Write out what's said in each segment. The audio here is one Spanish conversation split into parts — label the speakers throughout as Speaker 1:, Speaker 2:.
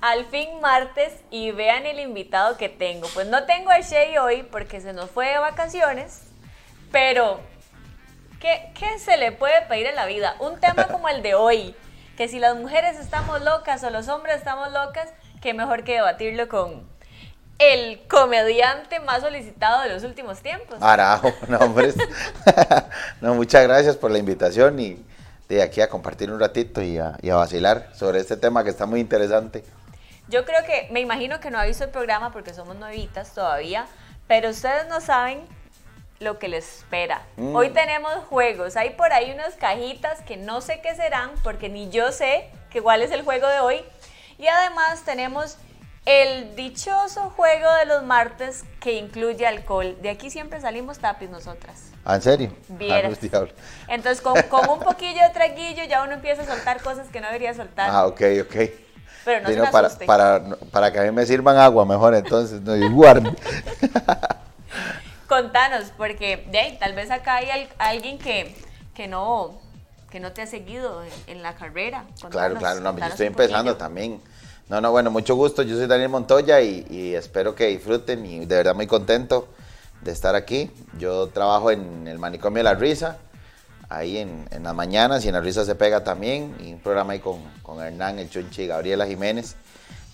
Speaker 1: al fin martes y vean el invitado que tengo. Pues no tengo a Shay hoy porque se nos fue de vacaciones, pero ¿qué, ¿qué se le puede pedir en la vida? Un tema como el de hoy, que si las mujeres estamos locas o los hombres estamos locas, qué mejor que debatirlo con el comediante más solicitado de los últimos tiempos.
Speaker 2: Arajo, no, hombre. no, muchas gracias por la invitación y de aquí a compartir un ratito y a, y a vacilar sobre este tema que está muy interesante.
Speaker 1: Yo creo que, me imagino que no ha visto el programa porque somos nuevitas todavía, pero ustedes no saben lo que les espera.
Speaker 2: Mm.
Speaker 1: Hoy tenemos juegos, hay por ahí unas cajitas que no sé qué serán porque ni yo sé que cuál es el juego de hoy. Y además tenemos el dichoso juego de los martes que incluye alcohol. De aquí siempre salimos tapis nosotras.
Speaker 2: Ah, ¿En serio?
Speaker 1: Vieras.
Speaker 2: Ah, no, diablo.
Speaker 1: Entonces con, con un poquillo de traguillo ya uno empieza a soltar cosas que no debería soltar.
Speaker 2: Ah, ok, ok.
Speaker 1: pero no
Speaker 2: Sí,
Speaker 1: se
Speaker 2: no,
Speaker 1: me
Speaker 2: para,
Speaker 1: asuste.
Speaker 2: para, no, para que a mí me sirvan agua mejor, entonces, no, y guarde.
Speaker 1: Contanos, porque de ahí, tal vez acá hay al- alguien que, que no que no te ha seguido en, en la carrera.
Speaker 2: Claro,
Speaker 1: Contanos,
Speaker 2: claro, no, pues yo
Speaker 1: contanos
Speaker 2: estoy
Speaker 1: un poquillo.
Speaker 2: empezando también. No, no, bueno, mucho gusto. Yo soy Daniel Montoya y, y espero que disfruten y de verdad muy contento de estar aquí. Yo trabajo en el manicomio de la risa, ahí en, en las mañanas y en la risa se pega también. Y un programa ahí con, con Hernán, el Chunchi y Gabriela Jiménez.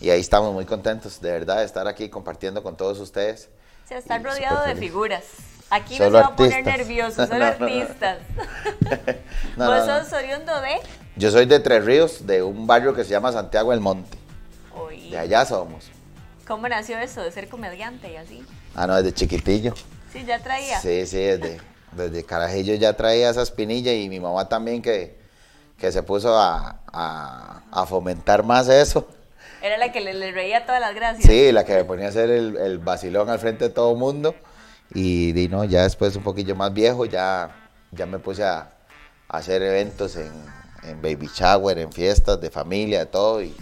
Speaker 2: Y ahí estamos muy contentos de verdad de estar aquí compartiendo con todos ustedes.
Speaker 1: O sea, estar
Speaker 2: Y súper
Speaker 1: rodeado de
Speaker 2: feliz.
Speaker 1: figuras. Aquí no
Speaker 2: Solo
Speaker 1: se va a poner
Speaker 2: artistas.
Speaker 1: nervioso, solo
Speaker 2: No, no, no.
Speaker 1: artistas.
Speaker 2: No,
Speaker 1: Vos
Speaker 2: no, no.
Speaker 1: sos oriundo de...
Speaker 2: Yo soy de Tres Ríos, de un barrio que se llama Santiago del Monte.
Speaker 1: Oí.
Speaker 2: De allá somos.
Speaker 1: ¿Cómo nació eso de ser comediante y así?
Speaker 2: Ah, no, desde chiquitillo.
Speaker 1: Sí, ya traía.
Speaker 2: Sí, sí, desde, desde carajillo ya traía esa espinilla y mi mamá también que, que se puso a, a- a fomentar más eso.
Speaker 1: Era la que le, le reía todas las gracias.
Speaker 2: Sí, la que me ponía a hacer el, el vacilón al frente de todo el mundo. Y, di, no, ya después un poquillo más viejo, ya, ya me puse a, a hacer eventos en, en baby shower, en fiestas de familia, de todo. Y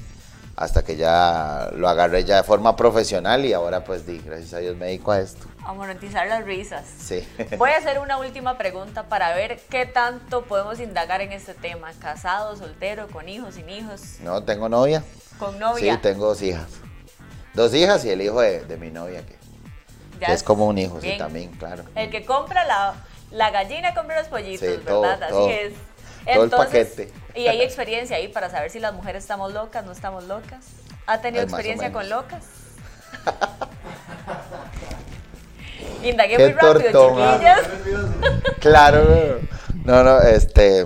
Speaker 2: hasta que ya lo agarré ya de forma profesional y ahora pues di, gracias a Dios me dedico a esto.
Speaker 1: A monetizar las risas.
Speaker 2: Sí.
Speaker 1: Voy a hacer una última pregunta para ver qué tanto podemos indagar en este tema. Casado, soltero, con hijos, sin hijos,
Speaker 2: No, tengo novia.
Speaker 1: con novia.
Speaker 2: Sí, tengo dos hijas. Dos hijas y el hijo de, de mi novia, que,
Speaker 1: Ya
Speaker 2: que es como un hijo,
Speaker 1: bien. Eh,
Speaker 2: sí, también, claro.
Speaker 1: El que compra la, la gallina compra los pollitos,
Speaker 2: Sí,
Speaker 1: ¿verdad? Así
Speaker 2: todo, todo.
Speaker 1: es.
Speaker 2: Todo el paquete.
Speaker 1: Y hay experiencia ahí para saber si las mujeres estamos locas, no estamos locas. ¿Ha tenido
Speaker 2: Ay, más o
Speaker 1: experiencia con
Speaker 2: menos.
Speaker 1: locas? Indagué
Speaker 2: Qué
Speaker 1: muy rápido,
Speaker 2: tortón, ah.
Speaker 1: chiquillas.
Speaker 2: Claro. No, no, este.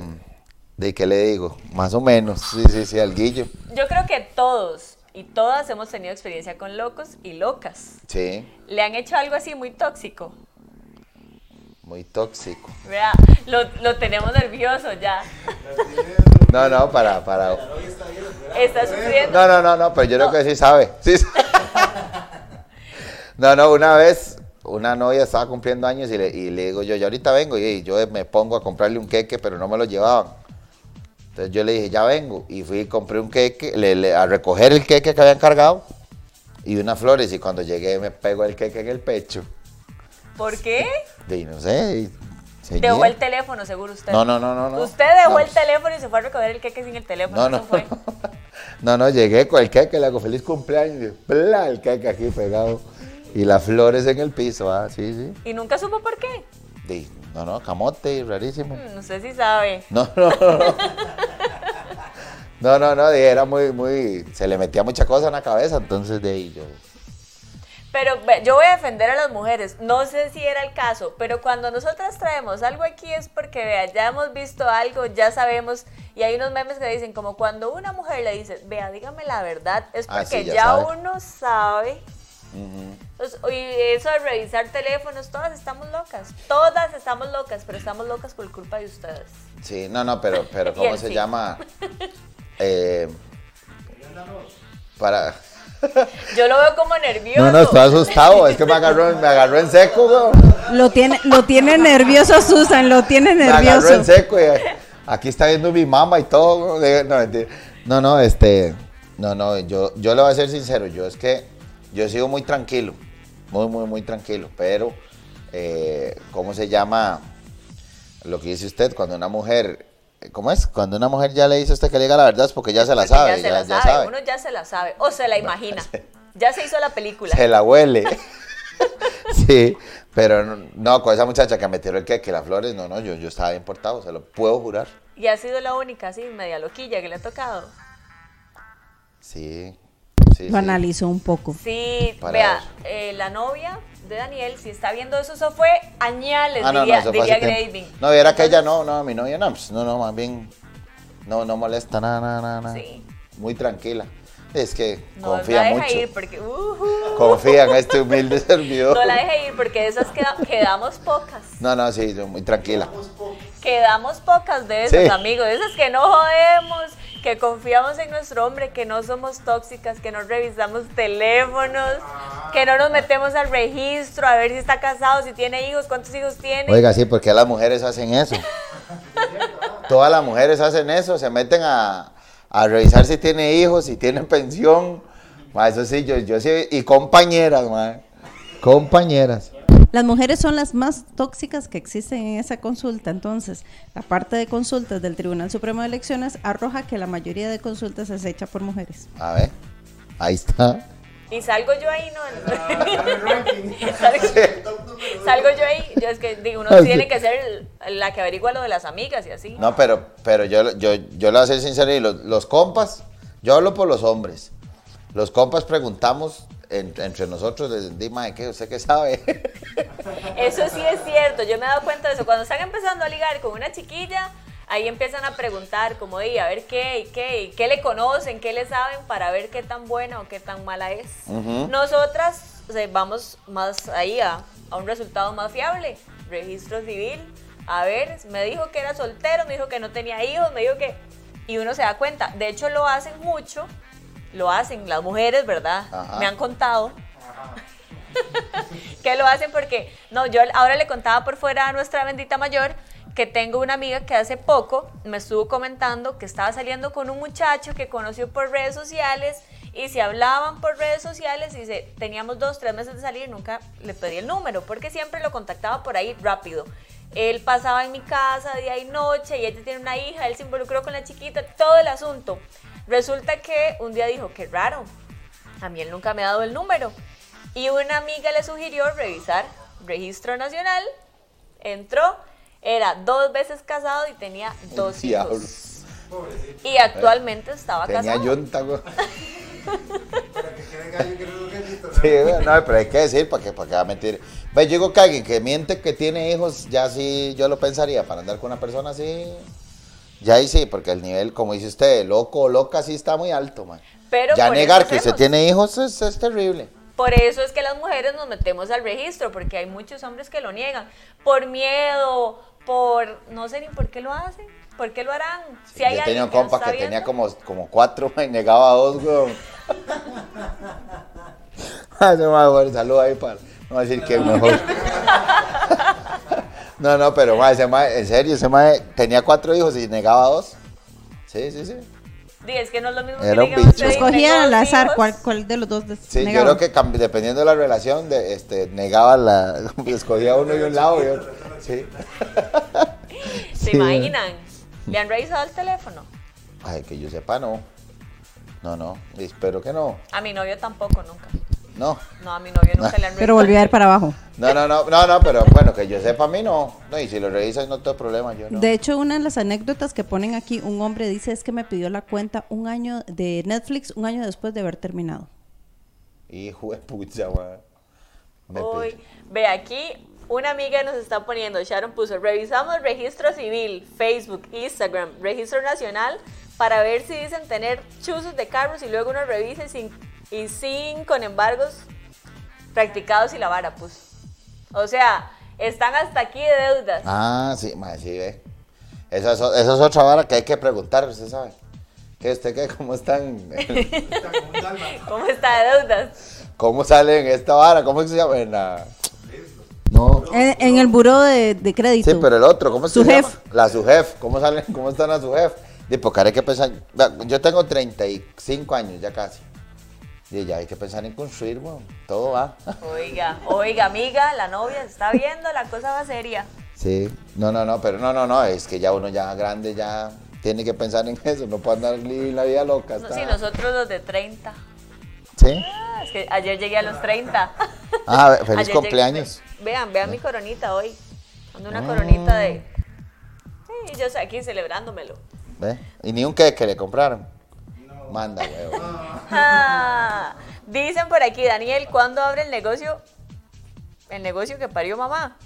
Speaker 2: ¿De qué le digo? Más o menos. Sí, sí, sí, al guillo.
Speaker 1: Yo creo que todos y todas hemos tenido experiencia con locos y locas.
Speaker 2: Sí,
Speaker 1: Le han hecho algo así muy tóxico.
Speaker 2: muy tóxico.
Speaker 1: Vea, lo, lo tenemos nervioso ya.
Speaker 2: No, no, para, para.
Speaker 1: Está sufriendo.
Speaker 2: No, no, no, no, pero yo creo que sí sabe. Sí. sa- No, no, una vez una novia estaba cumpliendo años y le, y le digo yo, yo ahorita vengo y, y yo me pongo a comprarle un queque, pero no me lo llevaban. Entonces yo le dije, ya vengo. Y fui y compré un queque, le- le- a recoger el queque que habían cargado y unas flores. Y cuando llegué me pegó el queque en el pecho.
Speaker 1: ¿Por qué?
Speaker 2: Y no sé. y se
Speaker 1: Dejó
Speaker 2: ñía.
Speaker 1: el teléfono, seguro usted.
Speaker 2: No, no, no, no, no.
Speaker 1: Usted dejó
Speaker 2: No.
Speaker 1: el teléfono y se fue a recoger el queque sin el teléfono.
Speaker 2: No,
Speaker 1: eso
Speaker 2: no.
Speaker 1: fue.
Speaker 2: No, no, llegué con el queque, le hago feliz cumpleaños. y ¡Pla! El queque aquí pegado. Y las flores en el piso, ah, sí, sí.
Speaker 1: Y nunca supo por qué.
Speaker 2: Di, no, no, camote, rarísimo.
Speaker 1: Mm, No sé si sabe.
Speaker 2: No, no, no. no. No, no, no, di, era muy, muy. Se le metía mucha cosa en la cabeza, entonces de ahí yo.
Speaker 1: Pero ve, yo voy a defender a las mujeres. No sé si era el caso, pero cuando nosotras traemos algo aquí es porque vea, ya hemos visto algo, ya sabemos. Y hay unos memes que dicen, como cuando una mujer le dice, vea, dígame la verdad, es
Speaker 2: Ah,
Speaker 1: porque
Speaker 2: sí,
Speaker 1: ya,
Speaker 2: ya sabe.
Speaker 1: uno sabe.
Speaker 2: ujú.
Speaker 1: Entonces, Y eso de revisar teléfonos, todas estamos locas. Todas estamos locas, pero estamos locas por culpa de ustedes.
Speaker 2: Sí, no, no, pero, pero
Speaker 1: Y
Speaker 2: ¿cómo
Speaker 1: el
Speaker 2: se
Speaker 1: sí.
Speaker 2: llama? Eh, para.
Speaker 1: Yo lo veo como nervioso.
Speaker 2: No, no, estoy asustado, es que me agarró, me agarró en seco, weón.
Speaker 3: Lo tiene, lo tiene nervioso Susan, lo tiene
Speaker 2: Me agarró en
Speaker 3: nervioso.
Speaker 2: seco y aquí está viendo mi mamá y todo. No, No, mentira. no, no, este. No, no, yo, yo le voy a ser sincero. Yo es que yo sigo muy tranquilo. Muy, muy, muy tranquilo. Pero, eh, ¿cómo se llama? Lo que dice usted, cuando una mujer ¿Cómo es? Cuando una mujer ya le dice a usted que le diga la verdad es porque ya se la
Speaker 1: Porque
Speaker 2: sabe.
Speaker 1: ya se la sabe. Uno ya se la sabe. O se la imagina. Ya se hizo la película.
Speaker 2: Se la huele. sí, pero no, no, con esa muchacha que me tiró el que las flores, no, no, yo, yo estaba bien portado, se lo puedo jurar.
Speaker 1: Y ha sido la única, así, media loquilla que le ha tocado.
Speaker 2: Sí, sí. sí.
Speaker 3: Lo analizó un poco.
Speaker 1: Sí,
Speaker 2: Para
Speaker 1: vea,
Speaker 2: eso.
Speaker 1: eh, la novia de Daniel, si está viendo eso, eso fue añales,
Speaker 2: Ah, no, no,
Speaker 1: diría,
Speaker 2: eso fue
Speaker 1: diría
Speaker 2: hace tiempo.
Speaker 1: Graving.
Speaker 2: No, era que ella no, no, mi novia no, pues, no, no, más bien, no, no molesta, nada, nada, nada. nada.
Speaker 1: Sí.
Speaker 2: Muy tranquila. Es que
Speaker 1: No
Speaker 2: confía
Speaker 1: la deja
Speaker 2: mucho.
Speaker 1: ir porque. ujú,
Speaker 2: Confía en este humilde servidor.
Speaker 1: no la deja ir porque de esas queda- quedamos pocas.
Speaker 2: No, no, sí, yo muy tranquila.
Speaker 1: Quedamos pocas de esas,
Speaker 2: Sí.
Speaker 1: amigos. De esas que no jodemos, que confiamos en nuestro hombre, que no somos tóxicas, que no revisamos teléfonos, que no nos metemos al registro a ver si está casado, si tiene hijos, cuántos hijos tiene.
Speaker 2: Oiga, sí, porque las mujeres hacen eso. Todas las mujeres hacen eso, se meten a, a revisar si tiene hijos, si tiene pensión. Ma, eso sí, yo, yo sí, y compañeras, ma. Compañeras.
Speaker 3: Las mujeres son las más tóxicas que existen en esa consulta. Entonces, la parte de consultas del Tribunal Supremo de Elecciones arroja que la mayoría de consultas es hecha por mujeres.
Speaker 2: A ver, ahí está.
Speaker 1: Y salgo yo ahí, ¿no? salgo, salgo yo ahí. Yo es que digo, uno
Speaker 2: Ay,
Speaker 1: tiene
Speaker 2: sí.
Speaker 1: que ser la que averigua lo de las amigas y así.
Speaker 2: No, pero, pero yo, yo, yo le voy a ser sincero, y los, los compas, yo hablo por los hombres. Los compas preguntamos en- entre nosotros, les di, "Mae, ¿qué? ¿Usted qué sabe?
Speaker 1: Eso sí es cierto, yo me he dado cuenta de eso. Cuando están empezando a ligar con una chiquilla, ahí empiezan a preguntar, como, y a ver qué, y qué, y qué le conocen, qué le saben, para ver qué tan buena o qué tan mala es. Nosotras o sea, vamos más ahí a, a un resultado más fiable, registro civil. A ver, me dijo que era soltero, me dijo que no tenía hijos, me dijo que... Y uno se da cuenta, de hecho lo hacen mucho, lo hacen las mujeres, ¿verdad?
Speaker 2: Ajá.
Speaker 1: Me han contado que lo hacen porque, no, yo ahora le contaba por fuera a nuestra bendita mayor que tengo una amiga que hace poco me estuvo comentando que estaba saliendo con un muchacho que conoció por redes sociales y se hablaban por redes sociales y se, teníamos dos, tres meses de salir, nunca le pedí el número porque siempre lo contactaba por ahí rápido. Él pasaba en mi casa día y noche y ella tiene una hija, él se involucró con la chiquita, todo el asunto. Resulta que un día dijo, qué raro, a mí él nunca me ha dado el número. Y una amiga le sugirió revisar registro nacional. Entró, era dos veces casado y tenía dos
Speaker 2: diablo.
Speaker 1: hijos. Y actualmente estaba
Speaker 2: Tenía
Speaker 1: casado.
Speaker 2: yunta, güey. Sí, güey, no, pero hay que decir, ¿para qué, para qué va a mentir? Ve, yo digo que alguien que miente que tiene hijos, ya sí, yo lo pensaría, para andar con una persona así, ya ahí sí, porque el nivel, como dice usted, de loco o loca, sí está muy alto, man.
Speaker 1: Pero
Speaker 2: ya
Speaker 1: por eso
Speaker 2: negar que usted
Speaker 1: hacemos.
Speaker 2: tiene hijos es, es terrible.
Speaker 1: Por eso es que las mujeres nos metemos al registro, porque hay muchos hombres que lo niegan. Por miedo, por. No sé ni por qué lo hacen. ¿Por qué lo harán? Si hay
Speaker 2: yo
Speaker 1: alguien
Speaker 2: tenía un
Speaker 1: nos
Speaker 2: compa
Speaker 1: está
Speaker 2: que tenía
Speaker 1: viendo,
Speaker 2: como, como cuatro, man, y negaba a dos, güey. Ay, Ah, no, man, bueno, saludo ahí para no decir que mejor. No, no, pero man, ese man, en serio, ese man tenía cuatro hijos y negaba a dos. Sí, sí, sí.
Speaker 1: "Di, es que no es lo mismo
Speaker 2: Era
Speaker 1: que
Speaker 2: un
Speaker 1: digan
Speaker 2: bicho.
Speaker 1: ustedes, tengo
Speaker 3: Escogía al
Speaker 1: dos
Speaker 3: azar
Speaker 1: hijos.
Speaker 3: cuál, cuál de los dos des-
Speaker 2: Sí,
Speaker 3: negaba.
Speaker 2: yo creo que cambi- dependiendo de la relación, de, este, negaba la. pues, escogía uno y un lado y otro. Sí.
Speaker 1: ¿Se
Speaker 2: Sí.
Speaker 1: imaginan? ¿Le han revisado el teléfono?
Speaker 2: Ay, que yo sepa, no. No, no. Espero que no.
Speaker 1: A mi novio tampoco, nunca.
Speaker 2: No.
Speaker 1: No, a mi novio nunca le han revisado.
Speaker 3: Pero volvió a ir para abajo.
Speaker 2: No, no, no, no, no, pero bueno, que yo sepa a mí no. No, y si lo revisas no tengo problema, yo no.
Speaker 3: De hecho, una de las anécdotas que ponen aquí, un hombre dice es que me pidió la cuenta un año de Netflix, un año después de haber terminado.
Speaker 2: Hijo de pucha, weón. Me
Speaker 1: Uy,
Speaker 2: pe-
Speaker 1: ve aquí, una amiga nos está poniendo, Sharon puso, revisamos registro civil, Facebook, Instagram, registro nacional, para ver si dicen tener chuzos de carros y luego uno revise sin, y sin, con embargos, practicados y la vara, puso. O sea, están hasta aquí de deudas.
Speaker 2: Ah, sí, ma, sí, ve. Esa es, o- esa es otra vara que hay que preguntar, usted sabe. ¿Qué usted qué? ¿Cómo están?
Speaker 1: ¿Cómo está de deudas?
Speaker 2: ¿Cómo salen esta vara? ¿Cómo es que se llama? En la- No.
Speaker 3: En, en el buró de, de crédito.
Speaker 2: Sí, pero el otro, ¿cómo es que
Speaker 3: Eh, Su
Speaker 2: se
Speaker 3: jef.
Speaker 2: llama? La sujef. ¿Cómo salen? ¿Cómo están la sujef? De porque ahora hay que pensar. vea, Yo tengo 35 años ya casi. Y ya hay que pensar en construir, weón. Todo va.
Speaker 1: Oiga, oiga, amiga, la novia se está viendo, la cosa va seria.
Speaker 2: Sí. No, no, no, pero no, no, no. Es que ya uno ya grande ya tiene que pensar en eso, no puede andar living la vida loca.
Speaker 1: No,
Speaker 2: está-
Speaker 1: sí, nosotros los de 30.
Speaker 2: ¿Sí?
Speaker 1: Ah, Es que ayer llegué a los 30.
Speaker 2: Ah, feliz
Speaker 1: Ayer llegué- pues,
Speaker 2: cumpleaños. Ah.
Speaker 1: Vean, vean mi coronita hoy. Ando una coronita de. Sí, yo estoy aquí celebrándomelo. pues.
Speaker 2: ¿Ve? Y ni un queque le compraron. Manda, huevo.
Speaker 1: Ah, dicen por aquí, Daniel, ¿cuándo abre el negocio? El negocio que parió mamá.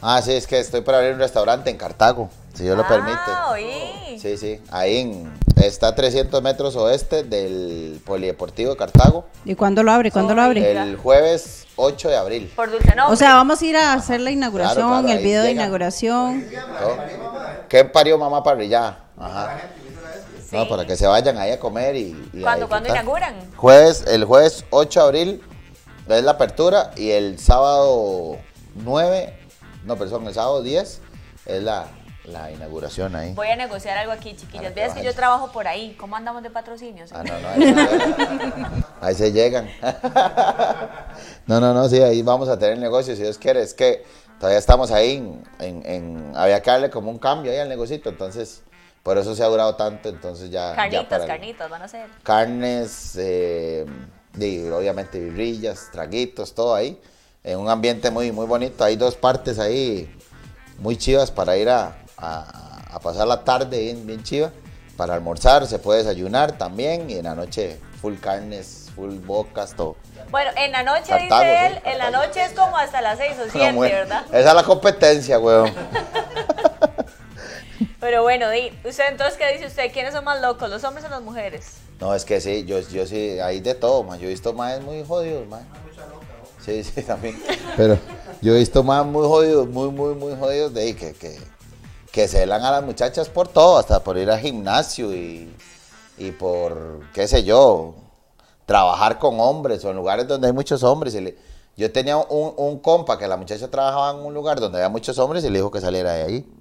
Speaker 2: Ah, sí, es que estoy para abrir un restaurante en Cartago, si Dios lo permite.
Speaker 1: Ah, oí.
Speaker 2: Sí, sí, ahí en- está a 300 metros oeste del Polideportivo de Cartago.
Speaker 3: ¿Y cuándo lo abre? ¿Cuándo lo
Speaker 1: Ay,
Speaker 3: abre?
Speaker 1: Venga.
Speaker 2: El jueves 8 de abril.
Speaker 1: Por dulce nombre.
Speaker 3: O sea, vamos a ir a hacer la inauguración,
Speaker 2: Claro, claro,
Speaker 3: el
Speaker 2: ahí
Speaker 3: video de
Speaker 2: llega.
Speaker 3: inauguración.
Speaker 2: ¿no? ¿Qué parió mamá parrillada? Ajá. No, para que se vayan ahí a comer y... y a
Speaker 1: ¿Cuándo, cuándo
Speaker 2: disfrutar.
Speaker 1: inauguran?
Speaker 2: Jueves, el jueves 8 de abril es la apertura y el sábado 9, no, perdón, el sábado 10 es la, la inauguración ahí.
Speaker 1: Voy a negociar algo aquí, chiquillas.
Speaker 2: Para que
Speaker 1: Veas que
Speaker 2: bajen.
Speaker 1: yo trabajo por ahí. ¿Cómo andamos de patrocinios?
Speaker 2: Ah, no, no, ahí, se- ahí se llegan. No, no, no, sí, ahí vamos a tener negocio, si Dios quiere. Es que todavía estamos ahí, en, en- en- había que darle como un cambio ahí al negocito, entonces, por eso se ha durado tanto, entonces ya... ya
Speaker 1: Carnitas,
Speaker 2: para el-
Speaker 1: carnitas, van a ser.
Speaker 2: carnes, eh, y obviamente birrillas, traguitos, todo ahí. En un ambiente muy, muy bonito. Hay dos partes ahí muy chivas para ir a, a- a pasar la tarde bien, bien chiva. Para almorzar, se puede desayunar también. Y en la noche, full carnes, full bocas, todo.
Speaker 1: Bueno, en la noche,
Speaker 2: Cartago,
Speaker 1: dice
Speaker 2: sí,
Speaker 1: él, en la
Speaker 2: Cartago.
Speaker 1: noche es como hasta las 6 o 7,
Speaker 2: No, bueno,
Speaker 1: ¿verdad?
Speaker 2: Esa es la competencia, weón.
Speaker 1: Pero bueno, di, usted entonces, ¿qué dice usted? ¿Quiénes son más locos, los hombres o las mujeres?
Speaker 2: No, es que sí, yo, yo sí, hay de todo, man. Yo he visto más muy jodidos, man. Sí, sí, también. Pero yo he visto más muy jodidos, muy, muy, muy jodidos de ahí, que, que, que celan a las muchachas por todo, hasta por ir al gimnasio y, y por, qué sé yo, trabajar con hombres o en lugares donde hay muchos hombres. y le- yo tenía un, un compa que la muchacha trabajaba en un lugar donde había muchos hombres y le dijo que saliera de ahí.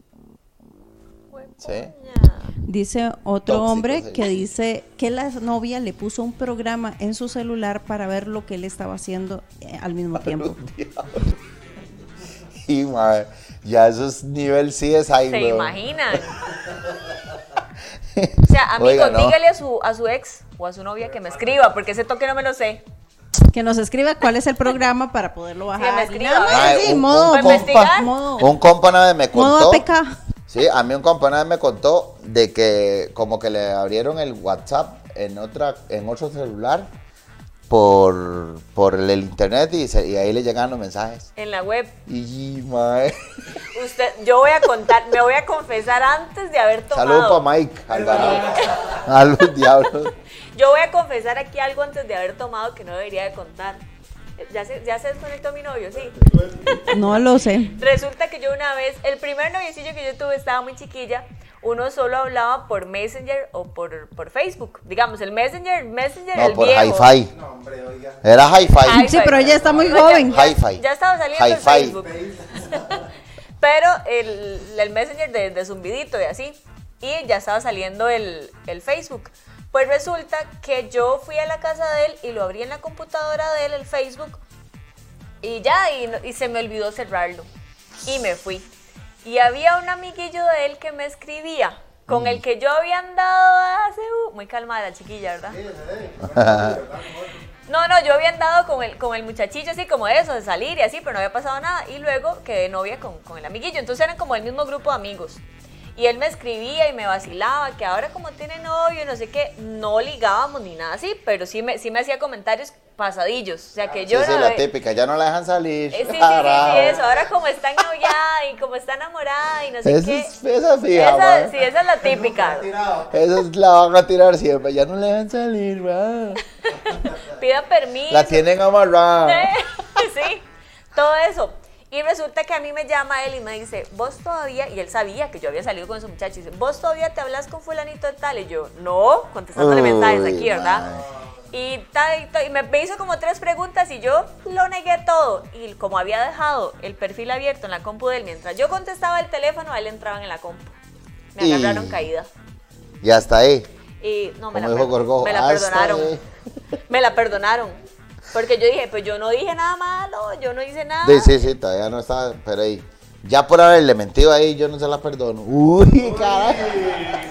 Speaker 2: Sí.
Speaker 3: Dice otro
Speaker 2: Tóxico,
Speaker 3: hombre
Speaker 2: sí.
Speaker 3: que dice que la novia le puso un programa en su celular para ver lo que él estaba haciendo eh, al mismo tiempo.
Speaker 2: Y, mae, ya eso es nivel CSI,
Speaker 1: ¿Se
Speaker 2: weón.
Speaker 1: imaginan? O sea, amigo,
Speaker 2: Oiga, no.
Speaker 1: dígale a su, a su ex o a su novia que me escriba, porque ese toque no me lo sé.
Speaker 3: Que nos escriba cuál es el programa para poderlo bajar.
Speaker 1: me
Speaker 3: y
Speaker 1: escriba. Pues
Speaker 3: nada más,
Speaker 2: Mae,
Speaker 3: sí, modo,
Speaker 1: un-
Speaker 3: modo-
Speaker 1: investigar.
Speaker 3: modo-
Speaker 2: un compa una vez me
Speaker 3: modo
Speaker 2: contó.
Speaker 3: APK.
Speaker 2: Sí, a mí un compa una vez me contó de que como que le abrieron el WhatsApp en otra, en otro celular por, por el, internet y, se- y ahí le llegaban los mensajes.
Speaker 1: En la web.
Speaker 2: Y mae.
Speaker 1: Usted, yo voy a contar, me voy a confesar antes de haber tomado.
Speaker 2: Saludos para Mike. A los diablos.
Speaker 1: Yo voy a confesar aquí algo antes de haber tomado que no debería de contar. Ya se, ya se desconectó mi novio, sí.
Speaker 3: No lo sé.
Speaker 1: Resulta que yo una vez, el primer noviecillo que yo tuve estaba muy chiquilla, uno solo hablaba por Messenger o por, por Facebook. Digamos, el Messenger, Messenger
Speaker 2: No,
Speaker 1: el
Speaker 2: por
Speaker 1: viejo.
Speaker 2: hi-fi. Era hi-fi.
Speaker 1: Hi-fi.
Speaker 3: Sí, pero ella está muy
Speaker 1: No, ya-
Speaker 3: joven.
Speaker 1: ya-
Speaker 2: Hi-fi.
Speaker 1: Ya estaba saliendo en
Speaker 2: Hi-fi.
Speaker 1: Facebook. Pero el, el Messenger de, de Zumbidito y así. Y ya estaba saliendo el, el Facebook. Pues resulta que yo fui a la casa de él y lo abrí en la computadora de él, el Facebook. Y ya, y, no- y se me olvidó cerrarlo. Y me fui. Y había un amiguillo de él que me escribía, con el que yo había andado hace... uh, muy calmada la chiquilla, ¿verdad? No, no, yo había andado con el, con el muchachillo así como eso, de salir y así, pero no había pasado nada. Y luego quedé novia con, con el amiguillo. Entonces eran como el mismo grupo de amigos. Y él me escribía y me vacilaba que ahora como tiene novio, no sé qué, no ligábamos ni nada así, pero sí me, sí me hacía comentarios pasadillos. O sea que
Speaker 2: Ah, Sí,
Speaker 1: yo
Speaker 2: sí,
Speaker 1: era
Speaker 2: la
Speaker 1: de-
Speaker 2: típica. Ya no la dejan salir.
Speaker 1: eh, Sí, sí, sí, sí,
Speaker 2: Carajo.
Speaker 1: eso. Ahora como está noviada y como está enamorada y no sé
Speaker 2: Esa
Speaker 1: qué.
Speaker 2: es- esa fija,
Speaker 1: Esa-
Speaker 2: mae.
Speaker 1: sí, esa es la típica.
Speaker 2: Esa es- la van a tirar siempre. Ya no le dejan salir, mae.
Speaker 1: Pida permiso.
Speaker 2: La tienen amarrada.
Speaker 1: sí, todo eso. Y resulta que a mí me llama él y me dice, vos todavía, y él sabía que yo había salido con ese muchacho, y dice, vos todavía te hablas con fulanito de tal, y yo, no, contestándole
Speaker 2: Uy,
Speaker 1: mensajes aquí, ¿verdad?
Speaker 2: mae.
Speaker 1: Y, tal, y, tal, y me me hizo como tres preguntas y yo lo negué todo. Y como había dejado el perfil abierto en la compu de él, mientras yo contestaba el teléfono, a él entraban en la compu. Me
Speaker 2: Y-
Speaker 1: agarraron caída.
Speaker 2: Y hasta ahí.
Speaker 1: Y no, me la,
Speaker 2: Como dijo
Speaker 1: per-
Speaker 2: Gorgojo,
Speaker 1: me la
Speaker 2: hasta
Speaker 1: perdonaron.
Speaker 2: ahí.
Speaker 1: Me la perdonaron. Porque yo dije, pues yo no dije nada malo, yo no hice nada.
Speaker 2: Sí, sí, sí, todavía no está, pero ahí. Ya por haberle mentido ahí, yo no se la perdono. Uy, caray.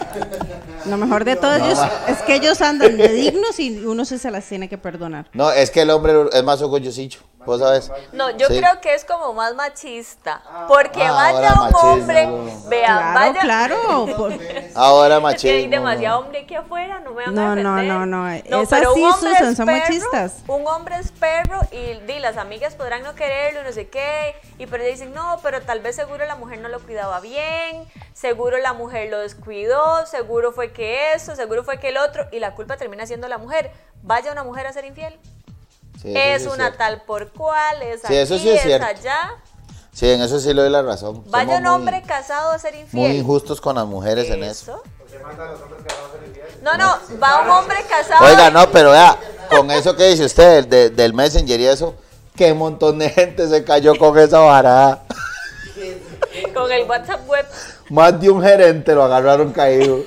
Speaker 3: Lo mejor de todo ellos es que ellos andan de dignos y uno sí se las tiene que perdonar.
Speaker 2: No, es que el hombre es más orgullosillo, vos sabes.
Speaker 1: No, yo
Speaker 2: Sí.
Speaker 1: creo que es como más machista. Porque
Speaker 2: Ah,
Speaker 1: vaya
Speaker 2: ahora
Speaker 1: un
Speaker 2: machismo.
Speaker 1: hombre, vean,
Speaker 3: Claro,
Speaker 1: vaya.
Speaker 3: claro. por-
Speaker 2: Ahora
Speaker 1: Es que hay
Speaker 2: machismo.
Speaker 1: demasiado hombre aquí afuera, no me van a
Speaker 3: No, no,
Speaker 1: defender.
Speaker 3: no, no, es
Speaker 1: pero
Speaker 3: así,
Speaker 1: un hombre
Speaker 3: Susan,
Speaker 1: es
Speaker 3: son
Speaker 1: perro,
Speaker 3: machistas.
Speaker 1: Un hombre es perro y, di, las amigas podrán no quererlo, y no sé qué, y pero dicen, no, pero tal vez seguro la mujer no lo cuidaba bien, seguro la mujer lo descuidó, seguro fue que eso, seguro fue que el otro, y la culpa termina siendo la mujer. Vaya una mujer a ser infiel.
Speaker 2: Sí, eso
Speaker 1: es
Speaker 2: sí
Speaker 1: una
Speaker 2: cierto.
Speaker 1: tal por cual, es
Speaker 2: Sí, eso
Speaker 1: aquí,
Speaker 2: sí es
Speaker 1: es,
Speaker 2: cierto.
Speaker 1: allá.
Speaker 2: Sí, en eso sí le doy la razón.
Speaker 1: Vaya
Speaker 2: Somos
Speaker 1: un
Speaker 2: muy-
Speaker 1: hombre casado a ser infiel.
Speaker 2: Muy injustos con las mujeres en eso.
Speaker 1: No, no, va un hombre casado.
Speaker 2: Oiga, no, pero vea, con eso que dice usted del- de- del Messenger y eso, que un montón de gente se cayó con esa vara.
Speaker 1: Con el WhatsApp web.
Speaker 2: Más de un gerente lo agarraron caído.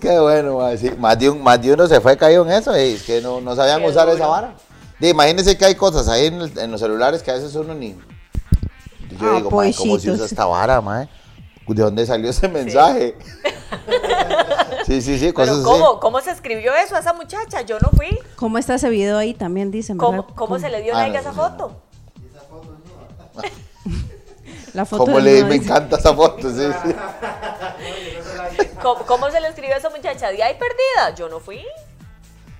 Speaker 2: Qué bueno, ma, sí, más de, un, más de uno se fue caído en eso y es que no, no sabían
Speaker 1: Qué
Speaker 2: usar esa
Speaker 1: duro.
Speaker 2: vara. Di, imagínense que hay cosas ahí en, el- en los celulares que a veces uno ni... Yo
Speaker 3: Ah,
Speaker 2: digo, ma, ¿cómo se
Speaker 3: poichitos.
Speaker 2: usa esta vara, mae? ¿De dónde salió ese mensaje? Sí, sí, sí, cosas
Speaker 1: Pero
Speaker 2: así.
Speaker 1: ¿cómo? ¿Cómo se escribió eso a esa muchacha? Yo no fui.
Speaker 3: ¿Cómo está ese video ahí también? Dicen,
Speaker 1: ¿Cómo,
Speaker 3: ¿verdad?
Speaker 1: cómo se le dio
Speaker 2: Ah,
Speaker 1: like a
Speaker 2: no,
Speaker 1: esa
Speaker 2: no, no.
Speaker 1: foto?
Speaker 3: La foto
Speaker 2: Como
Speaker 3: de
Speaker 2: le
Speaker 3: uno
Speaker 2: me
Speaker 3: dice,
Speaker 2: encanta esa foto, sí, sí.
Speaker 1: ¿Cómo, cómo se le escribió a esa muchacha? ¿De ahí perdida? Yo no fui.